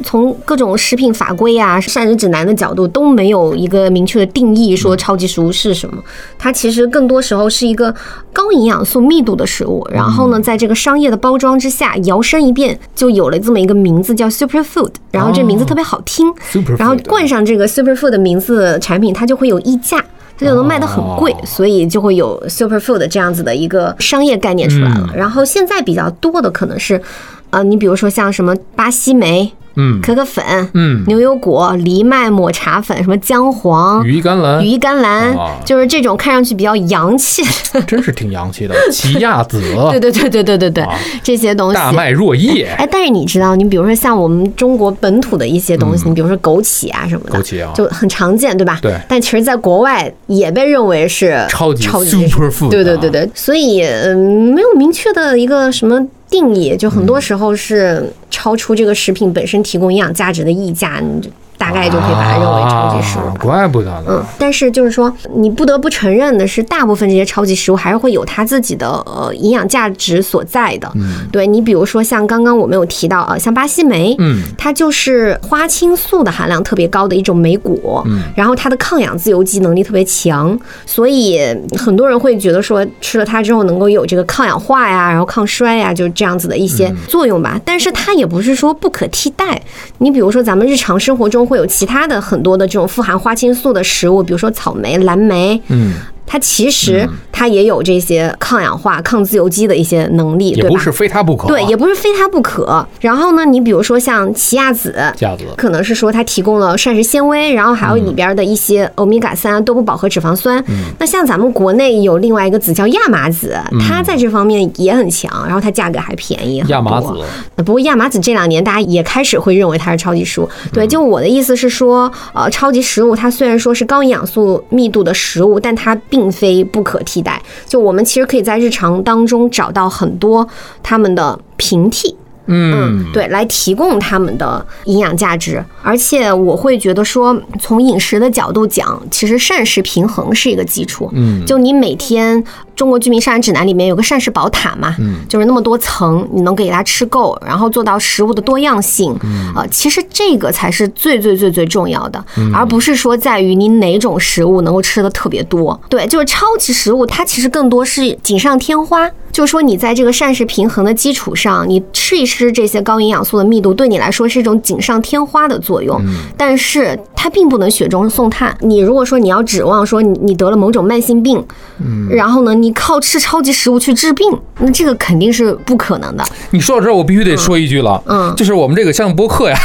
从各种食品法规啊、膳食指南的角度都没有一个明确的定义，说超级食物是什么。它其实更多时候是一个高营养素密度的食物，然后呢，在这个商业的包装之下，摇身一变就有了这么一个名字叫 super food，然后这名字特别好听，
Superfood
然后冠上这个 super food 的名字产品，它就会有溢价。它就能卖得很贵，
哦
所以就会有 superfood 这样子的一个商业概念出来
嗯
了。然后现在比较多的可能是，呃，你比如说像什么巴西莓、
嗯
可可粉、
嗯，
牛油果、藜麦抹茶粉、什么姜黄、
羽衣甘蓝
羽衣甘蓝
哦，
就是这种看上去比较洋气。
真是挺洋 气的，奇亚籽、
对对对对对对对
啊，
这些东西。
哦大麦若叶、
哎，但是你知道，你比如说像我们中国本土的一些东西，
嗯
你比如说枸杞啊什么的，
枸杞啊
就很常见，对吧？
对
但其实，在国外也被认为是
超级
超级
superfood
对对
啊
对对，所以嗯，没有明确的一个什么定义，就很多时候是超出这个食品本身提供营养价值的溢价，你就大概就可以把它认为超级食物
啊
吧。
怪不得
嗯
呢。，
但是就是说，你不得不承认的是，大部分这些超级食物还是会有它自己的呃营养价值所在的。对你比如说像刚刚我们有提到啊，像巴西莓，
嗯，
它就是花青素的含量特别高的一种莓果，嗯，然后它的抗氧自由基能力特别强，所以很多人会觉得说吃了它之后能够有这个抗氧化呀，然后抗衰呀，就是这样子的一
嗯
些作用吧。但是它也不是说不可替代，你比如说咱们日常生活中会有其他的很多的这种富含花青素的食物，比如说草莓、蓝莓，
嗯，
它其实它也有这些抗氧化、抗自由基的一些能力，
也
对
不
吧？
是非它不可、啊
对，也不是非它不可。然后呢，你比如说像奇亚籽，
架子。
可能是说它提供了膳食纤维，然后还有里边的一些
嗯
欧米伽三啊多不饱和脂肪酸。那像咱们国内有另外一个籽叫亚麻籽，
嗯
它在这方面也很强，然后它价格还便宜很多。
亚麻籽，
呃不过亚麻籽这两年大家也开始会认为它是超级食物。
嗯
对，就我的意思是说，呃，超级食物它虽然说是高营养素密度的食物，但它并非不可替代。就我们其实可以在日常当中找到很多它们的平替。嗯，对，来提供他们的营养价值。而且我会觉得说，从饮食的角度讲，其实膳食平衡是一个基础。嗯，就你每天。中国居民膳食指南里面有个膳食宝塔嘛，嗯、就是那么多层，你能给它吃够，然后做到食物的多样性，嗯、呃，其实这个才是最最最最重要的，
嗯
而不是说在于你哪种食物能够吃的特别多。对，就是超级食物，它其实更多是锦上添花，就是说你在这个膳食平衡的基础上，你吃一吃这些高营养素的密度，对你来说是一种锦上添花的作用，
嗯
但是它并不能雪中送炭。你如果说你要指望说你你得了某种慢性病，
嗯
然后呢，你靠吃超级食物去治病，那这个肯定是不可能的。
你说到这儿，我必须得说一句了，
嗯
就是我们这个像播客呀，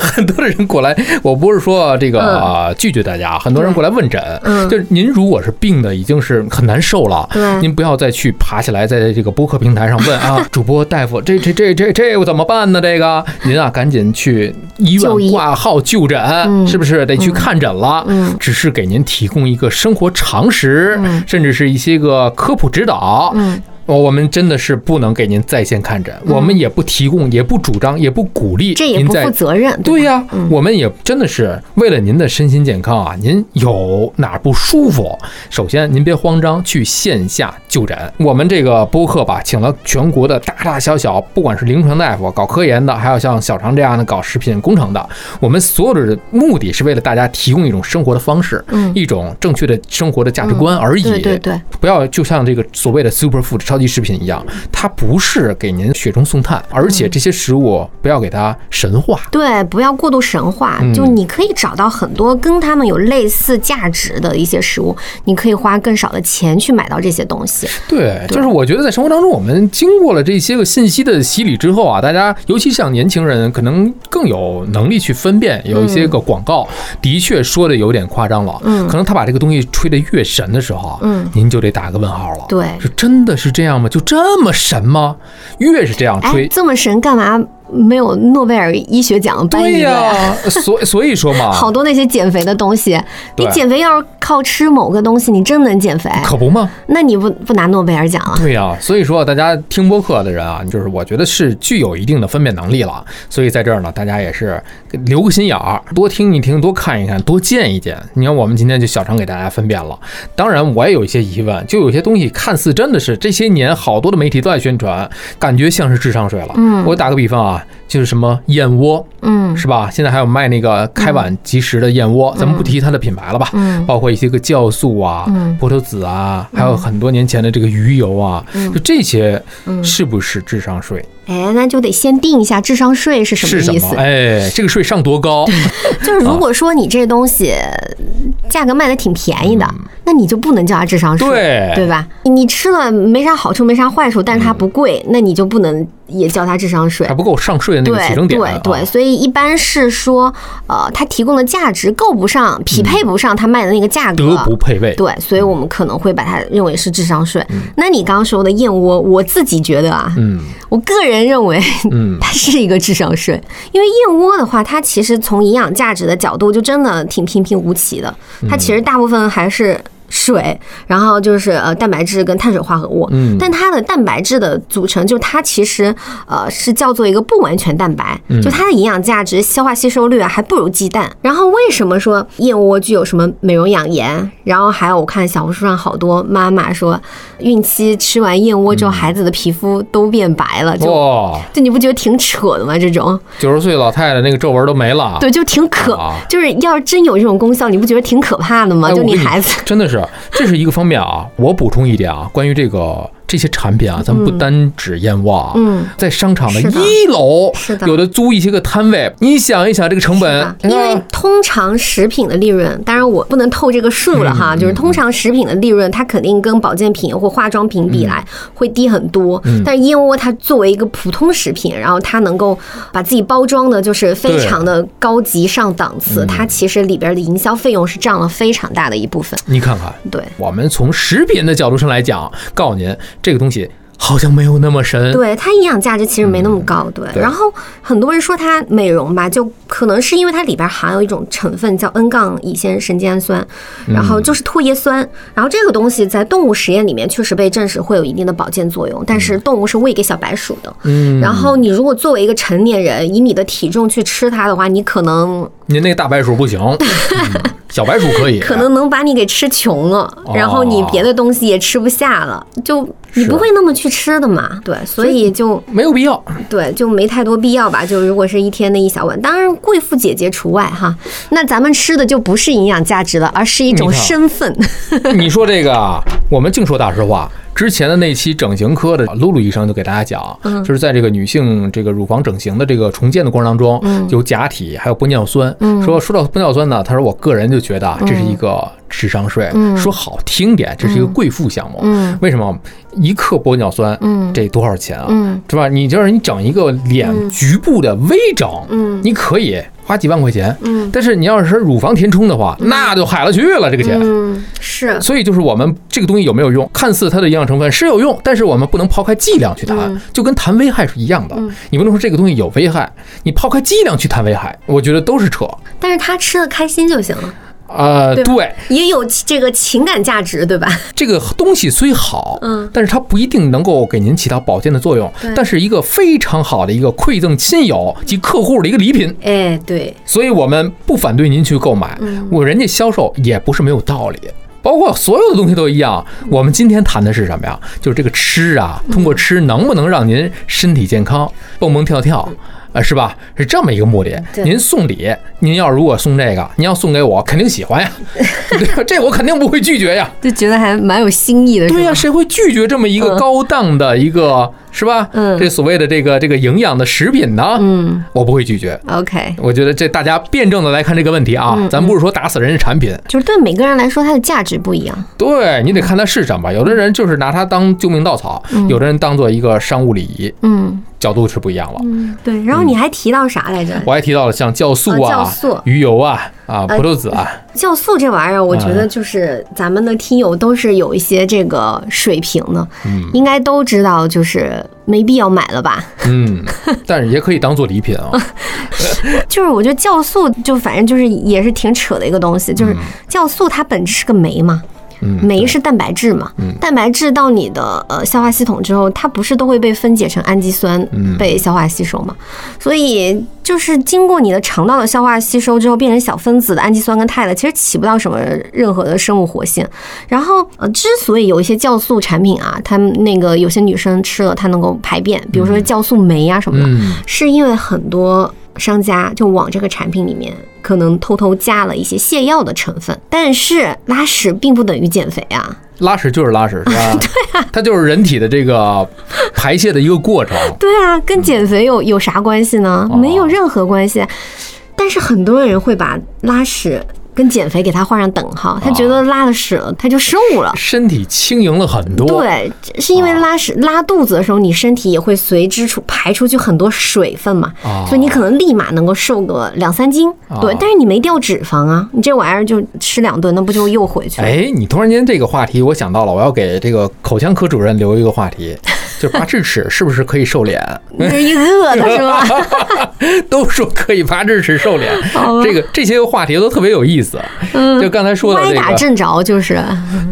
很多的人过来，我不是说这个、
嗯
啊拒绝大家，很多人过来问诊，
嗯
就是您如果是病的已经是很难受了，
对
您不要再去爬起来在这个播客平台上问啊，主播大夫，这这这这这我怎么办呢？这个您啊，赶紧去医
就
院
医
挂号啊就诊，
嗯
是不是得去看诊了？
嗯
只是给您提供一个生活常识，
嗯
甚至是一些个科普指导，
嗯，
我我们真的是不能给您在线看诊，我们也不提供，也不主张，也不鼓励
这也
您
不
在
负。责任，
对
吧
呀、
嗯
我们也真的是为了您的身心健康啊，您有哪儿不舒服，首先您别慌张，去线下就诊。我们这个播客吧，请了全国的大大小小，不管是临床大夫、搞科研的，还有像小常这样的搞食品工程的，我们所有的目的是为了大家提供一种生活的方式，
嗯
一种正确的生活的价值观而已。
对对对，
不要就像这个所谓的 super food 超级食品一样，它不是给您雪中送炭，而
嗯
且这些食物不要给它神化。
对，不要过度神话，
嗯
就你可以找到很多跟他们有类似价值的一些食物，你可以花更少的钱去买到这些东西。
对，
对
就是我觉得在生活当中，我们经过了这些个信息的洗礼之后啊，大家尤其像年轻人，可能更有能力去分辨，有一些个广告、的确说的有点夸张了，
嗯
可能他把这个东西吹得越神的时候啊，
嗯
您就得打个问号了。
对
是真的是这样吗？就这么神吗？越是这样吹
哎，，这么神干嘛没有诺贝尔医学奖颁
对
一个
呀、所所以说 嘛，
好多那些减肥的东西，
对
你减肥要是靠吃某个东西，你真能减肥，
可不嘛。
那你不不拿诺贝尔奖啊？
对呀、所以说大家听播客的人啊，就是我觉得是具有一定的分辨能力了。所以在这儿呢，大家也是留个心眼儿，多听一听，多看一看，多见一见。你看，我们今天就小常给大家分辨了。当然，我也有一些疑问，就有些东西看似真的是这些年好多的媒体都在宣传，感觉像是智商税了。
嗯
我打个比方啊，就是什么燕窝
嗯
是吧？现在还有卖那个开碗即食的燕窝，咱们不提它的品牌了吧？
嗯
包括一些个酵素啊、
嗯
葡萄籽啊，还有很多年前的这个鱼油啊，
嗯
就这些
嗯，
是不是智商税？
哎，那就得先定一下智商税是什
是
么
什
意
么
思？？
哎，啊这个税上多高？
就是如果说你这东西价格卖的挺便宜的，那你就不能叫它智商税，
嗯对
吧？你你吃了没啥好处，没啥坏处，但是
嗯
它不贵，那你就不能也叫它智商税
还。不够上税的那
对
个起征点啊
对对，所以一般是说，呃，它提供的价值够不上，匹配不上它卖的那个价格，
德不配位。
对，所以我们可能会把它认为是智商税。那你刚刚说的燕窝，我自己觉得啊，
嗯
我个人认为
嗯，
它是一个智商税，因为燕窝的话，它其实从营养价值的角度就真的挺平平无奇的，它其实大部分还是。水，然后就是呃蛋白质跟碳水化合物，
嗯
但它的蛋白质的组成，就它其实呃是叫做一个不完全蛋白，
嗯
就它的营养价值、消化吸收率啊还不如鸡蛋。然后为什么说燕窝具有什么美容养颜？然后还有我看小红书上好多妈妈说，孕期吃完燕窝之
嗯
后，孩子的皮肤都变白了，就
哇，
就你不觉得挺扯的吗？这种，
九十岁老太太那个皱纹都没了。
对，就挺可，
啊
就是要是真有这种功效，你不觉得挺可怕的吗？
哎
就
我
你
跟
孩子，
真的是，这是一个方面啊。我补充一点啊，关于这个这些产品啊，咱们不单指燕窝啊，
嗯，
在商场的
是的
一楼，
是的
有的租一些个摊位，你想一想这个成
是
本
吧，因为通常食品的利润，当然我不能透这个数了
嗯
哈，就是通常食品的利润，它肯定跟保健品或化妆品比来
嗯
会低很多。但是燕窝它作为一个普通食品，然后它能够把自己包装的，就是非
对嗯
常的高级上档次，它其实里边的营销费用是占了非常大的一部分。
你看看，
对，
我们从食品的角度上来讲，告诉您这个东西好像没有那么神。
对它营养价值其实没那么高，嗯对。
对
然后很多人说它美容吧，就可能是因为它里边含有一种成分叫 N 杠乙酰神经氨酸，然后就是唾液酸，然后这个东西在动物实验里面确实被证实会有一定的保健作用，但是动物是喂给小白鼠的。
嗯，
然后你如果作为一个成年人，以你的体重去吃它的话，你可能
您那个大白鼠不行，嗯小白鼠可以，啊
可能能把你给吃穷了，然后你别的东西也吃不下了，就你
是
不会那么去吃的嘛，对，所以就
没有必要。
对，就没太多必要吧。就如果是一天的一小碗，当然贵妇姐姐除外哈。那咱们吃的就不是营养价值了，而是一种
嗯 你看
身份。
你说这个啊，我们净说大实话，之前的那期整形科的露露医生就给大家讲，
嗯
就是在这个女性这个乳房整形的这个重建的过程当中，
嗯
有假体，还有玻尿酸。
嗯
说说到玻尿酸呢，他说我个人就觉得啊，这是一个智商税。
嗯
说好听点，这是一个贵妇项目。
嗯
为什么一克玻尿酸、
嗯
这多少钱啊？
嗯
是吧？你就是你整一个脸
嗯
局部的微整，
嗯
你可以花几万块钱，
嗯
但是你要是乳房填充的话，那就海了去了这个钱。
嗯，是
所以就是我们这个东西有没有用？看似它的营养成分是有用，但是我们不能抛开剂量去谈
嗯，
就跟谈危害是一样的
嗯。
你不能说这个东西有危害，你抛开剂量去谈危害，我觉得都是扯。
但是他吃的开心就行了，
呃，
对吧
对，
也有这个情感价值，对吧？
这个东西虽好，
嗯
但是它不一定能够给您起到保健的作用
对，
但是一个非常好的一个馈赠亲友及客户的一个礼品，
哎，对，
所以我们不反对您去购买。
嗯
我人家销售也不是没有道理，包括所有的东西都一样。我们今天谈的是什么呀？就是这个吃啊，
嗯
通过吃能不能让您身体健康、蹦蹦跳跳。啊，是吧？是这么一个目的。
嗯对
您送礼，您要如果送这个，您要送给我，肯定 喜欢呀，对吧这我肯定不会拒绝呀。
就觉得还蛮有新意的，
对呀、
呀、
谁会拒绝这么一个
嗯
高档的一个，是吧？
嗯
这所谓的这个这个营养的食品呢，
嗯
我不会拒绝。
，OK，
我觉得这大家辩证的来看这个问题啊，
嗯
咱不是说打死人家产品，
就是对每个人来说，它的价值不一样。
对你得看它是什么。有的人就是拿它当救命稻草，有的人当做一个商务礼仪，
嗯
角度是不一样了。
嗯，对。然后你还提到啥来着？
我还提到了像酵素
啊酵
啊
素、哎
鱼油啊、啊葡萄籽 啊，
酵素这玩意儿，我
哎
觉得就是咱们的听友都是有一些这个水平的，
嗯
应该都知道，就是没必要买了吧？
嗯，但是也可以当做礼品啊。
就是我觉得酵素就反正就是也是挺扯的一个东西，就是酵素它本质是个酶嘛，
嗯，
酶是蛋白质嘛
嗯，
蛋白质到你的呃消化系统之后，它不是都会被分解成氨基酸
嗯
被消化吸收嘛？所以就是经过你的肠道的消化吸收之后，变成小分子的氨基酸跟肽了，其实起不到什么任何的生物活性。然后呃，之所以有一些酵素产品啊，它们那个有些女生吃了它能够排便，比如说酵素酶啊什么的，
嗯
是因为很多商家就往这个产品里面可能偷偷加了一些泻药的成分，但是拉屎并不等于减肥啊。
拉屎就是拉 屎，是吧？对它就是人体的这个排泄的一个过程。
对啊，跟减肥有有啥关系呢？
哦
没有任何关系。啊但是很多人会把拉屎跟减肥给它画上等号，他觉得拉了屎了，他就生物了。
身体轻盈了很多，，
对，是因为
哦
拉屎、拉肚子的时候，你身体也会随之出排出去很多水分嘛，
哦
所以你可能立马能够瘦个两三斤，
哦
对，但是你没掉脂肪啊，你这玩意儿就吃两顿，那不就又回去了？
哎，你突然间这个话题，我想到了，我要给这个口腔科主任留一个话 题，就是拔智齿是不是可以瘦脸？
你这一饿的是吧？
都说可以拔智齿瘦脸， 这个这些话题都特别有意思。就刚才 说的
歪
这
打
个，
正着就是，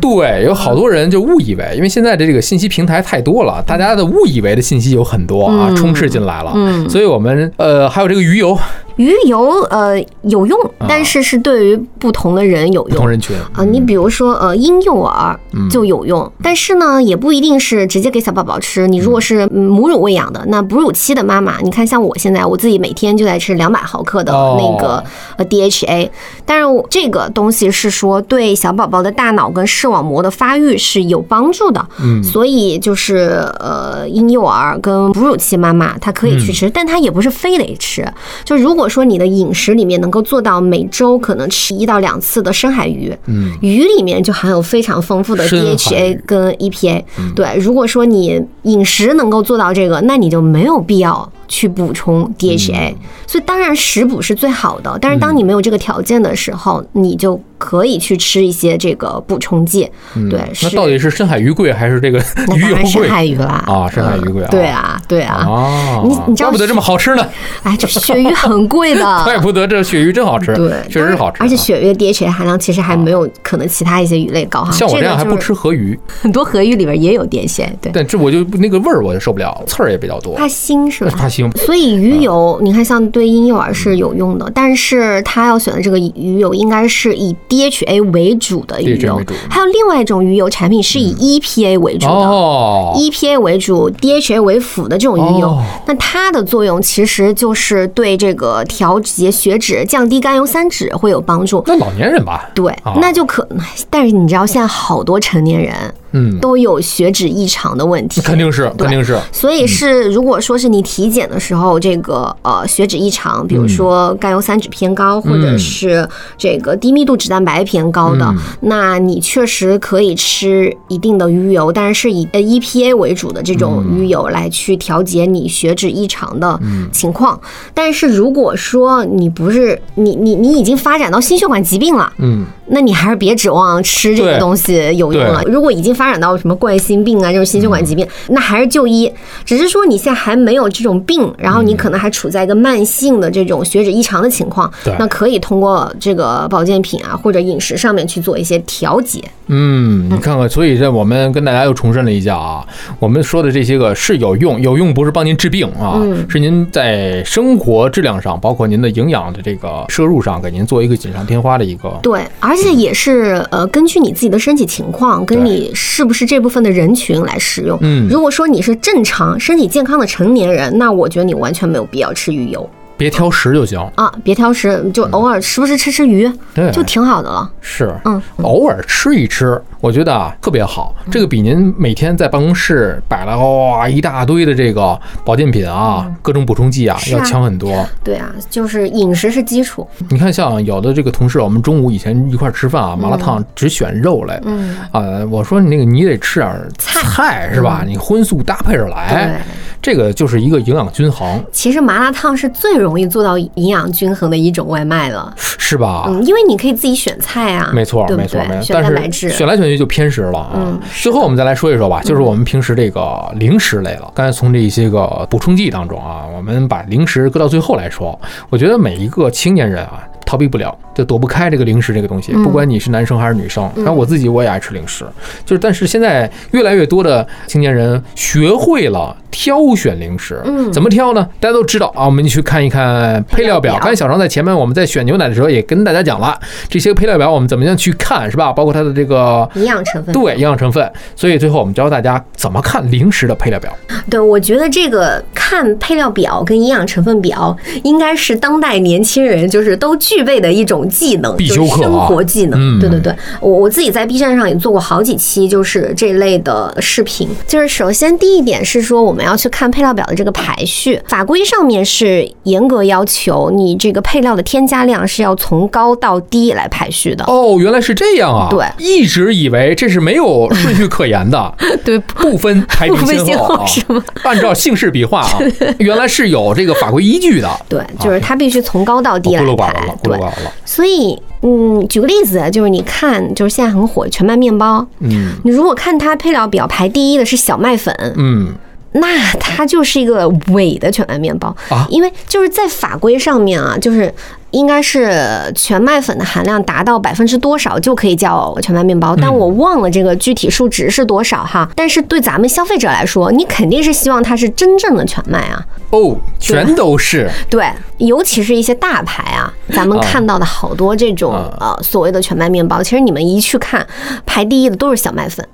对，有好多人就误以为，因为现在的这个信息平台太多了，大家的误以为的信息有很多啊，充斥进来了。
嗯
所以我们呃，还有这个鱼油，
鱼油呃有用，
啊
但是是对于不同的人有
不同
用。
人群
啊，你比如说，呃，婴幼儿
嗯
就有用，但是呢，也不一定是直接给小宝宝吃。你如果是嗯母乳喂养的，那哺乳期的妈妈，你看像我现在，我自己每天就在吃两百毫克的那个
哦
呃 DHA，但是我这个东西是说对小宝宝的大脑跟视网膜的发育是有帮助的，
嗯
所以就是呃，婴幼儿跟哺乳期妈妈她可以
嗯
去吃，但她也不是非得吃。就如果说你的饮食里面能够做到每周可能吃一到两次的深海鱼，
嗯，
鱼里面就含有非常丰富的
深海
DHA
鱼嗯
跟 EPA。对，如果说你饮食能够做到这个，那你就没有必要去补充 DHA。所以
嗯
当然食补是最好的，但是当你没有这个条件的时候，你就可以去吃一些这个补充剂。对，
嗯那
是
到底是深海鱼贵还是这个
那
鱼
当
油
然深
贵？
海鱼啦
啊深海鱼贵啊
嗯对啊，对啊，
啊，
你你知道
怪不得这么好吃呢，
哎，这鳕鱼很贵
怪
的。
不得这鳕鱼真好吃，
啊对，
确实好吃啊。
而且鳕鱼的 DHA 含量其实还没有可能其他一些鱼类高哈。
像我
这
这样
个
还
就
不
是
吃河鱼，
很多河鱼里边也有电线，对，
但这我就那个味儿我就受不了，刺儿也比较多
怕，腥是吧？
怕腥。
所以鱼油，
嗯
你看像对婴幼儿是有用的，但是他要选的这个鱼油应该是以 DHA 为主的鱼
DHA
油
为主，嗯
还有另外一种鱼油产品是以 EPA 为主的。
哦，
EPA 为主，DHA 为辅的这种鱼油，
哦
那它的作用其实就是对这个调节血脂、降低甘油三酯会有帮助。
那老年人吧，
对，
哦
那就可，但是你知道现在好多成年人
嗯，
都有血脂异常的问题。
肯定是，
对
肯定是，
所以是，如果说是你体检的时候，这个呃血脂异常，比如说
嗯
甘油三酯偏高，或者是这个低密度脂蛋白偏高的，
嗯
那你确实可以吃一定的鱼油，但是是以呃 EPA 为主的这种
嗯
鱼油来去调节你血脂异常的情况。但是如果说你不是你你你已经发展到心血管疾病了，
嗯，
那你还是别指望吃这个
对
东西有用了。如果已经发展到什么冠心病啊，就是心血管
嗯
疾病，那还是就医。只是说你现在还没有这种病，然后你
嗯
可能还处在一个慢性的这种血脂异常的情况
对，
那可以通过这个保健品啊或者饮食上面去做一些调节。
嗯，你看看，所以这我们跟大家又重申了一下啊，我们说的这些个是有用，有用不是帮您治病啊，
嗯
是您在生活质量上，包括您的营养的这个摄入上，给您做一个锦上添花的一个。
对，而且也是呃，根据你自己的身体情况，跟
对
你是不是这部分的人群来使用。
嗯
如果说你是正常、身体健康的成年人，那我觉得你完全没有必要吃鱼油
别挑食就行。
啊，别挑食，就偶尔时不时吃吃鱼，
嗯对
就挺好的了。
是，
嗯，
偶尔吃一吃，我觉得啊特别好。这个比您每天在办公室摆了哇一大堆的这个保健品啊，各种补充剂啊，
嗯是啊
要强很多。
对啊，就是饮食是基础。
你看，像有的这个同事，我们中午以前一块儿吃饭啊，麻辣烫只选肉类。
嗯，
啊，我说你那个你得吃点儿菜是
嗯
吧？你荤素搭配着来，这个就是一个营养均衡，
其实麻辣烫是最容易做到营养均衡的一种外卖了。
是吧？
嗯，因为你可以自己选菜啊，
啊没错，
对不
没错，
对？
没错。
选蛋白
但
质
是。选来选去就偏食了啊。
嗯
最后我们再来说一说吧，就是我们平时这个零食类了。刚才从这一些个补充剂当中啊，我们把零食搁到最后来说。我觉得每一个青年人啊，逃避不了，就躲不开这个零食这个东
嗯
西。不管你是男生还是女生，然后我自己我也爱吃零食，就是但是现在越来越多的青年人学会了挑选零食。
嗯
怎么挑呢？大家都知道啊，我们去看一看配
配料
料表。
表
刚才小张在前面我们在选牛奶的时候也跟大家讲了，这些配料表我们怎么样去看，是吧？包括它的这个
营养成分
对营养成分。所以最后我们教大家怎么看零食的配料表。
对，我觉得这个看配料表跟营养成分表，应该是当代年轻人就是都具备的一种技能，
必
就
修
是
课
生
啊
活技能。
嗯
对对对，我我自己在 B 站上也做过好几期，就是这类的视频。就是首先第一点是说，我们要去看配料表的这个排序，法规上面是严格要求你这个配料的添加量是要从高到低来排序的。
哦，原来是这样啊！
对
一直以为这是没有顺序可 言的，
对，
不分排名
不分
哎先
先
后啊
后是吗，
按照姓氏比划啊，原来是有这个法规依据的。
对，就是它必须从高到低
啊我
来
孤陋寡
排
闻了，，孤
对
陋寡。闻了。
所以，嗯，举个例子，就是你看，就是现在很火全麦面包，
嗯
你如果看它配料表排第一的是小麦粉，
嗯，
那它就是一个伪的全麦面包
啊
因为就是在法规上面啊，就是应该是全麦粉的含量达到百分之多少就可以叫全麦面包，但我忘了这个具体数值是多少哈。但是对咱们消费者来说，你肯定是希望它是真正的全麦啊，
哦，全 都是。
对，尤其是一些大牌 啊，咱们
啊
看到的好多这种、
啊
呃所谓的全麦面包，其实你们一去看，排第一的都是小麦粉。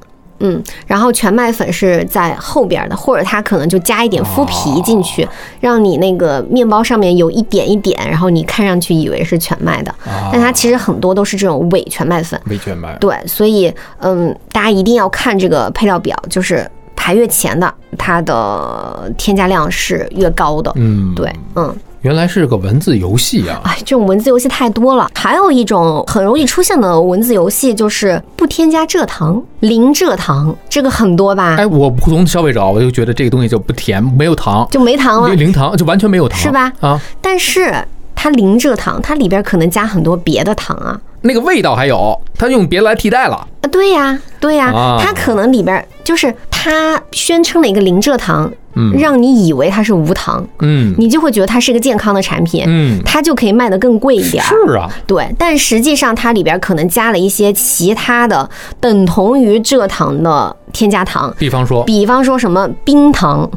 嗯，然后全麦粉是在后边的，或者它可能就加一点麸皮进去，
啊
让你那个面包上面有一点一点，然后你看上去以为是全麦的，
啊
但它其实很多都是这种伪全麦粉。
没全麦，
对，所以嗯，大家一定要看这个配料表，就是排越前的，它的添加量是越高的。
嗯，
对，嗯。
原来是个文字游戏啊。
哎，这种文字游戏太多了。还有一种很容易出现的文字游戏，就是不添加蔗糖、零蔗糖，这个很多吧？
哎，我普通消费者，我就觉得这个东西就不甜，没有糖，
就没糖了
零，零糖就完全没有糖，
是吧
啊，
但是它零蔗糖，它里边可能加很多别的糖啊。
那个味道还有，它用别的来替代了。
啊，对呀，对呀，
啊
它可能里边就是它宣称了一个零蔗糖，让你以为它是无糖，
嗯
你就会觉得它是一个健康的产品，
嗯，
它就可以卖得更贵一点儿。
是啊，
对，但实际上它里边可能加了一些其他的等同于蔗糖的添加糖，
比方说
比方说什么冰糖、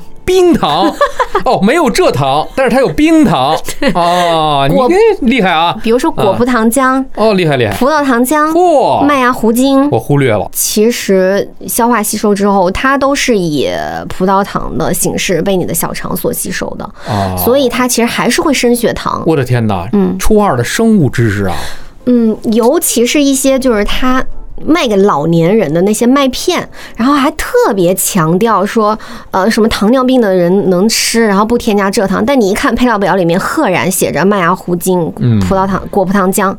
冰糖，哦，没有蔗糖，但是它有冰糖哦，你
果
这厉害啊！
比如说果葡糖浆、
哦，厉害厉害，
葡萄糖浆、
嚯、
麦芽糊精。
我忽略了，
其实消化吸收之后，它都是以葡萄糖的形式被你的小肠所吸收的，
啊
所以它其实还是会升血糖。
我的天哪，嗯，初二的生物知识啊，
嗯，尤其是一些就是它卖给老年人的那些麦片，然后还特别强调说，呃，什么糖尿病的人能吃，然后不添加蔗糖。但你一看配料表里面，赫然写着麦芽糊精、葡萄糖、果葡糖浆，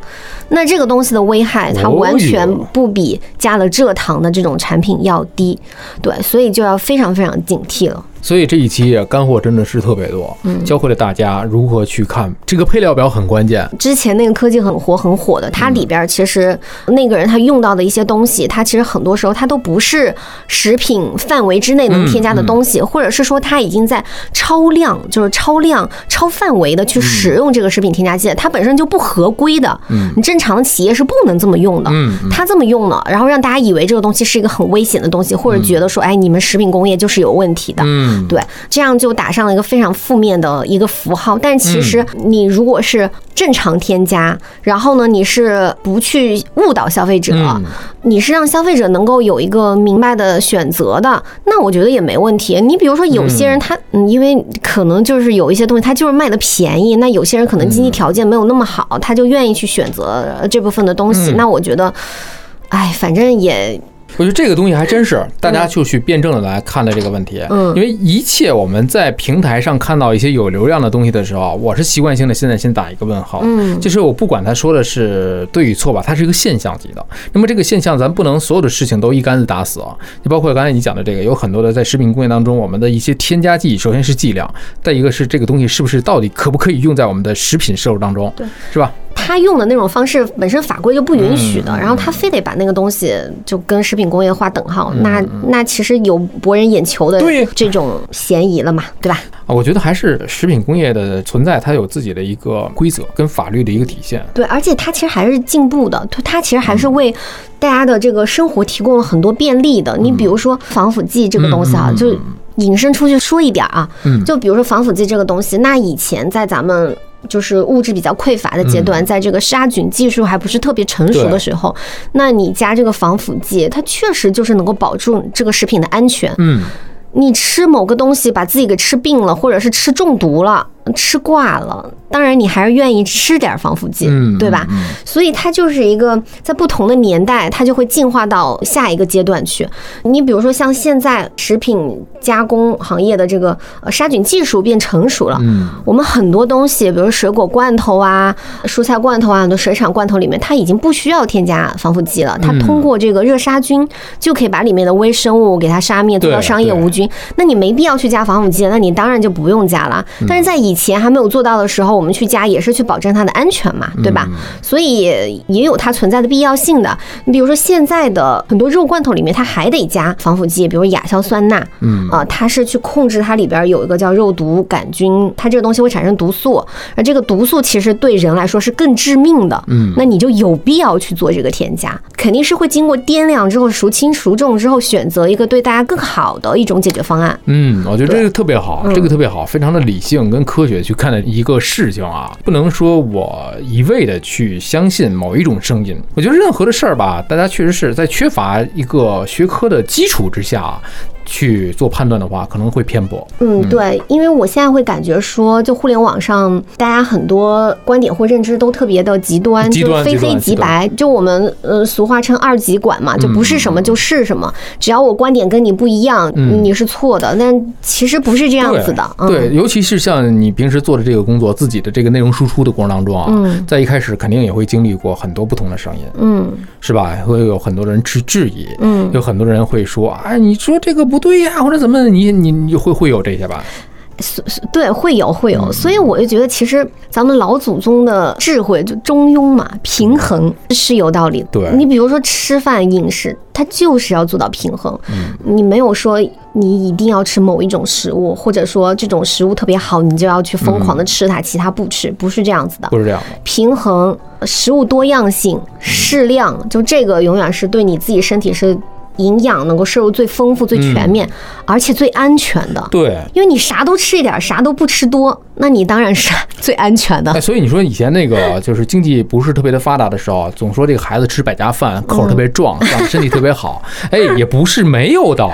那这个东西的危害，它
哦
完
哟
全不比加了蔗糖的这种产品要低。对，所以就要非常非常警惕了。
所以这一期啊干货真的是特别多，
嗯
教会了大家如何去看这个配料表很关键。
之前那个科技很火很火的，它里边儿其实那个人他用到的一些东西，它其实很多时候它都不是食品范围之内能添加的东西，或者是说它已经在超量，就是超量、超范围的去使用这个食品添加剂，它本身就不合规的。你正常的企业是不能这么用的。
嗯，
他这么用了，然后让大家以为这个东西是一个很危险的东西，或者觉得说，哎，你们食品工业就是有问题的。
嗯，
对，这样就打上了一个非常负面的一个符号。但其实你如果是正常添加，然后呢，你是不去误导消费者，
嗯
你是让消费者能够有一个明白的选择的，那我觉得也没问题。你比如说有些人他，嗯，因为可能就是有一些东西他就是卖的便宜，那有些人可能经济条件没有那么好，他就愿意去选择呃这部分的东西。那我觉得。哎，反正也
我觉得这个东西还真是，大家就去辩证的来看待这个问题。
嗯
因为一切我们在平台上看到一些有流量的东西的时候，我是习惯性的现在先打一个问号。
嗯
就是我不管他说的是对与错吧，它是一个现象级的。那么这个现象，咱不能所有的事情都一竿子打死啊。就包括刚才你讲的这个，有很多的在食品工业当中，我们的一些添加剂，首先是剂量，再一个是这个东西是不是到底可不可以用在我们的食品摄入当中，
对，
是吧？
他用的那种方式本身法规就不允许的，然后他非得把那个东西就跟食品工业划等号，那那其实有博人眼球的
对
这种嫌疑了嘛，对吧？
啊，我觉得还是食品工业的存在，它有自己的一个规则跟法律的一个体现。
对，而且它其实还是进步的，它它其实
嗯
还是为大家的这个生活提供了很多便利的。你比
嗯
如说防腐剂这个东西啊，就引申出去说一点儿啊，
嗯
就比如说防腐剂这个东西，那以前在咱们。就是物质比较匮乏的阶段，在这个杀菌技术还不是特别成熟的
嗯对
时候，那你加这个防腐剂，它确实就是能够保住这个食品的安全。
嗯，
你吃某个东西把自己给吃病了，或者是吃中毒了、吃挂了，当然你还是愿意吃点防腐剂，
嗯
对吧？所以它就是一个在不同的年代，它就会进化到下一个阶段去。你比如说像现在食品加工行业的这个呃杀菌技术变成熟了，
嗯
我们很多东西，比如水果罐头啊、蔬菜罐头啊、很多水产罐头里面，它已经不需要添加防腐剂
嗯
了，它通过这个热杀菌就可以把里面的微生物给它杀灭，做到
对
商业
对
无菌。那你没必要去加防腐剂，那你当然就不用加了。
嗯
但是在以前还没有做到的时候，我们去加也是去保证它的安全
嗯
嘛，对吧？所以也有它存在的必要性的。你比如说现在的很多肉罐头里面，它还得加防腐剂，比如亚硝酸钠，嗯啊、它是去控制它里边有一个叫肉毒杆菌，它这个东西会产生毒素，而这个毒素其实对人来说是更致命的。嗯，那你就有必要去做这个添加，肯定是会经过掂量之后孰轻孰重之后，选择一个对大家更好的一种解决方案。
嗯，我觉得这个特别
嗯
好，这个特别好，非常的理性跟科学去看待一个事情啊，不能说我一味的去相信某一种声音。我觉得任何的事儿吧，大家确实是在缺乏一个学科的基础之下啊去做判断的话，可能会偏颇。
嗯，对，因为我现在会感觉说，就互联网上大家很多观点或认知都特别的极端，
极
就
端
非
极端嗯
黑即白。就我们呃俗话称二极管嘛，就不是什么就是什么，只要我观点跟你不一样，
嗯
你是错的。但其实不是这样子的，嗯、
对，尤其是像你平时做的这个工作，自己的这个内容输出的过程当中啊，
嗯
在一开始肯定也会经历过很多不同的声音，
嗯
是吧？会有很多人去质疑，
嗯。
有很多人会说，哎，你说这个不对呀、或者怎么的，你你你会会有这些吧？
对，会有会
嗯
有，所以我就觉得，其实咱们老祖宗的智慧就中庸嘛，平衡是有道理的。
嗯对
你比如说吃饭饮食，它就是要做到平衡。
嗯
你没有说你一定要吃某一种食物，或者说这种食物特别好，你就要去疯狂的吃它，其他不吃，不是这样子的。
嗯不是这样的，
平衡食物多样性、适量，就这个永远是对你自己身体是营养能够摄入最
嗯
丰富、最全面，而且最安全的。
对。
因为你啥都吃一点儿，啥都不吃多，那你当然是最安全的
哎，。所以你说以前那个就是经济不是特别的发达的时候，总说这个孩子吃百家饭，口儿特
嗯
别壮，这样身体特别好。哎，也不是没 有道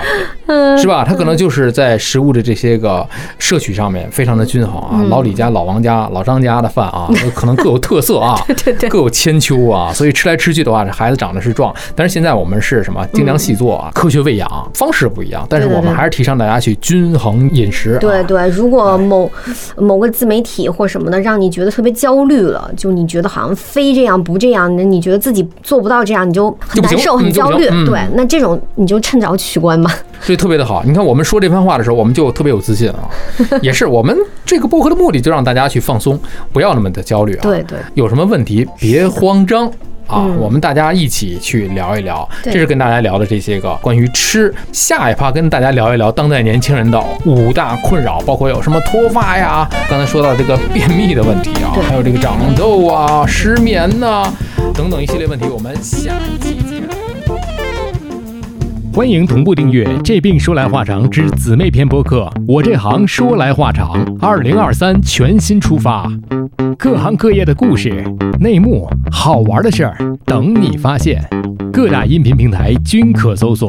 嗯
理，是吧？他可能就是在食物的这些个摄取上面非常的均衡
嗯
啊。老李家、老王家、老张家的饭啊，可能各有特色啊，
对对
各有千秋啊。所以吃来吃去的话，这孩子长得是壮。但是现在我们是什么精良细作啊，科学喂养方式不一样，但是
嗯对对
我们
对
还是提倡大家去均衡饮食、啊。
对对，如果某某个自媒体或什么的让你觉得特别焦虑了，就你觉得好像非这样不这样，那你觉得自己做不到这样，你就很
就不
难
行
受、很
嗯就不
焦虑。
行嗯
对，那这种你就趁早取关吧。
所以特别的好。你看我们说这番话的时候，我们就特别有自 信啊，也是我们这个播客的目的，就让大家去放松，不要那么的焦虑啊。
对对，
有什么问题别慌张。啊，我们大家一起去聊一聊，这
对
是跟大家聊的这些个关于吃。下一趴跟大家聊一聊当代年轻人的五大困扰，包括有什么脱发呀，刚才说到这个便秘的问题啊，还有这个长痘啊、失眠呐、等等一系列问题，我们下一期见。
欢迎同步订阅《这病说来话长之姊妹篇》播客，我这行说来话长，二零二三全新出发，各行各业的故事、内幕、好玩的事儿等你发现，各大音频平台均可搜索。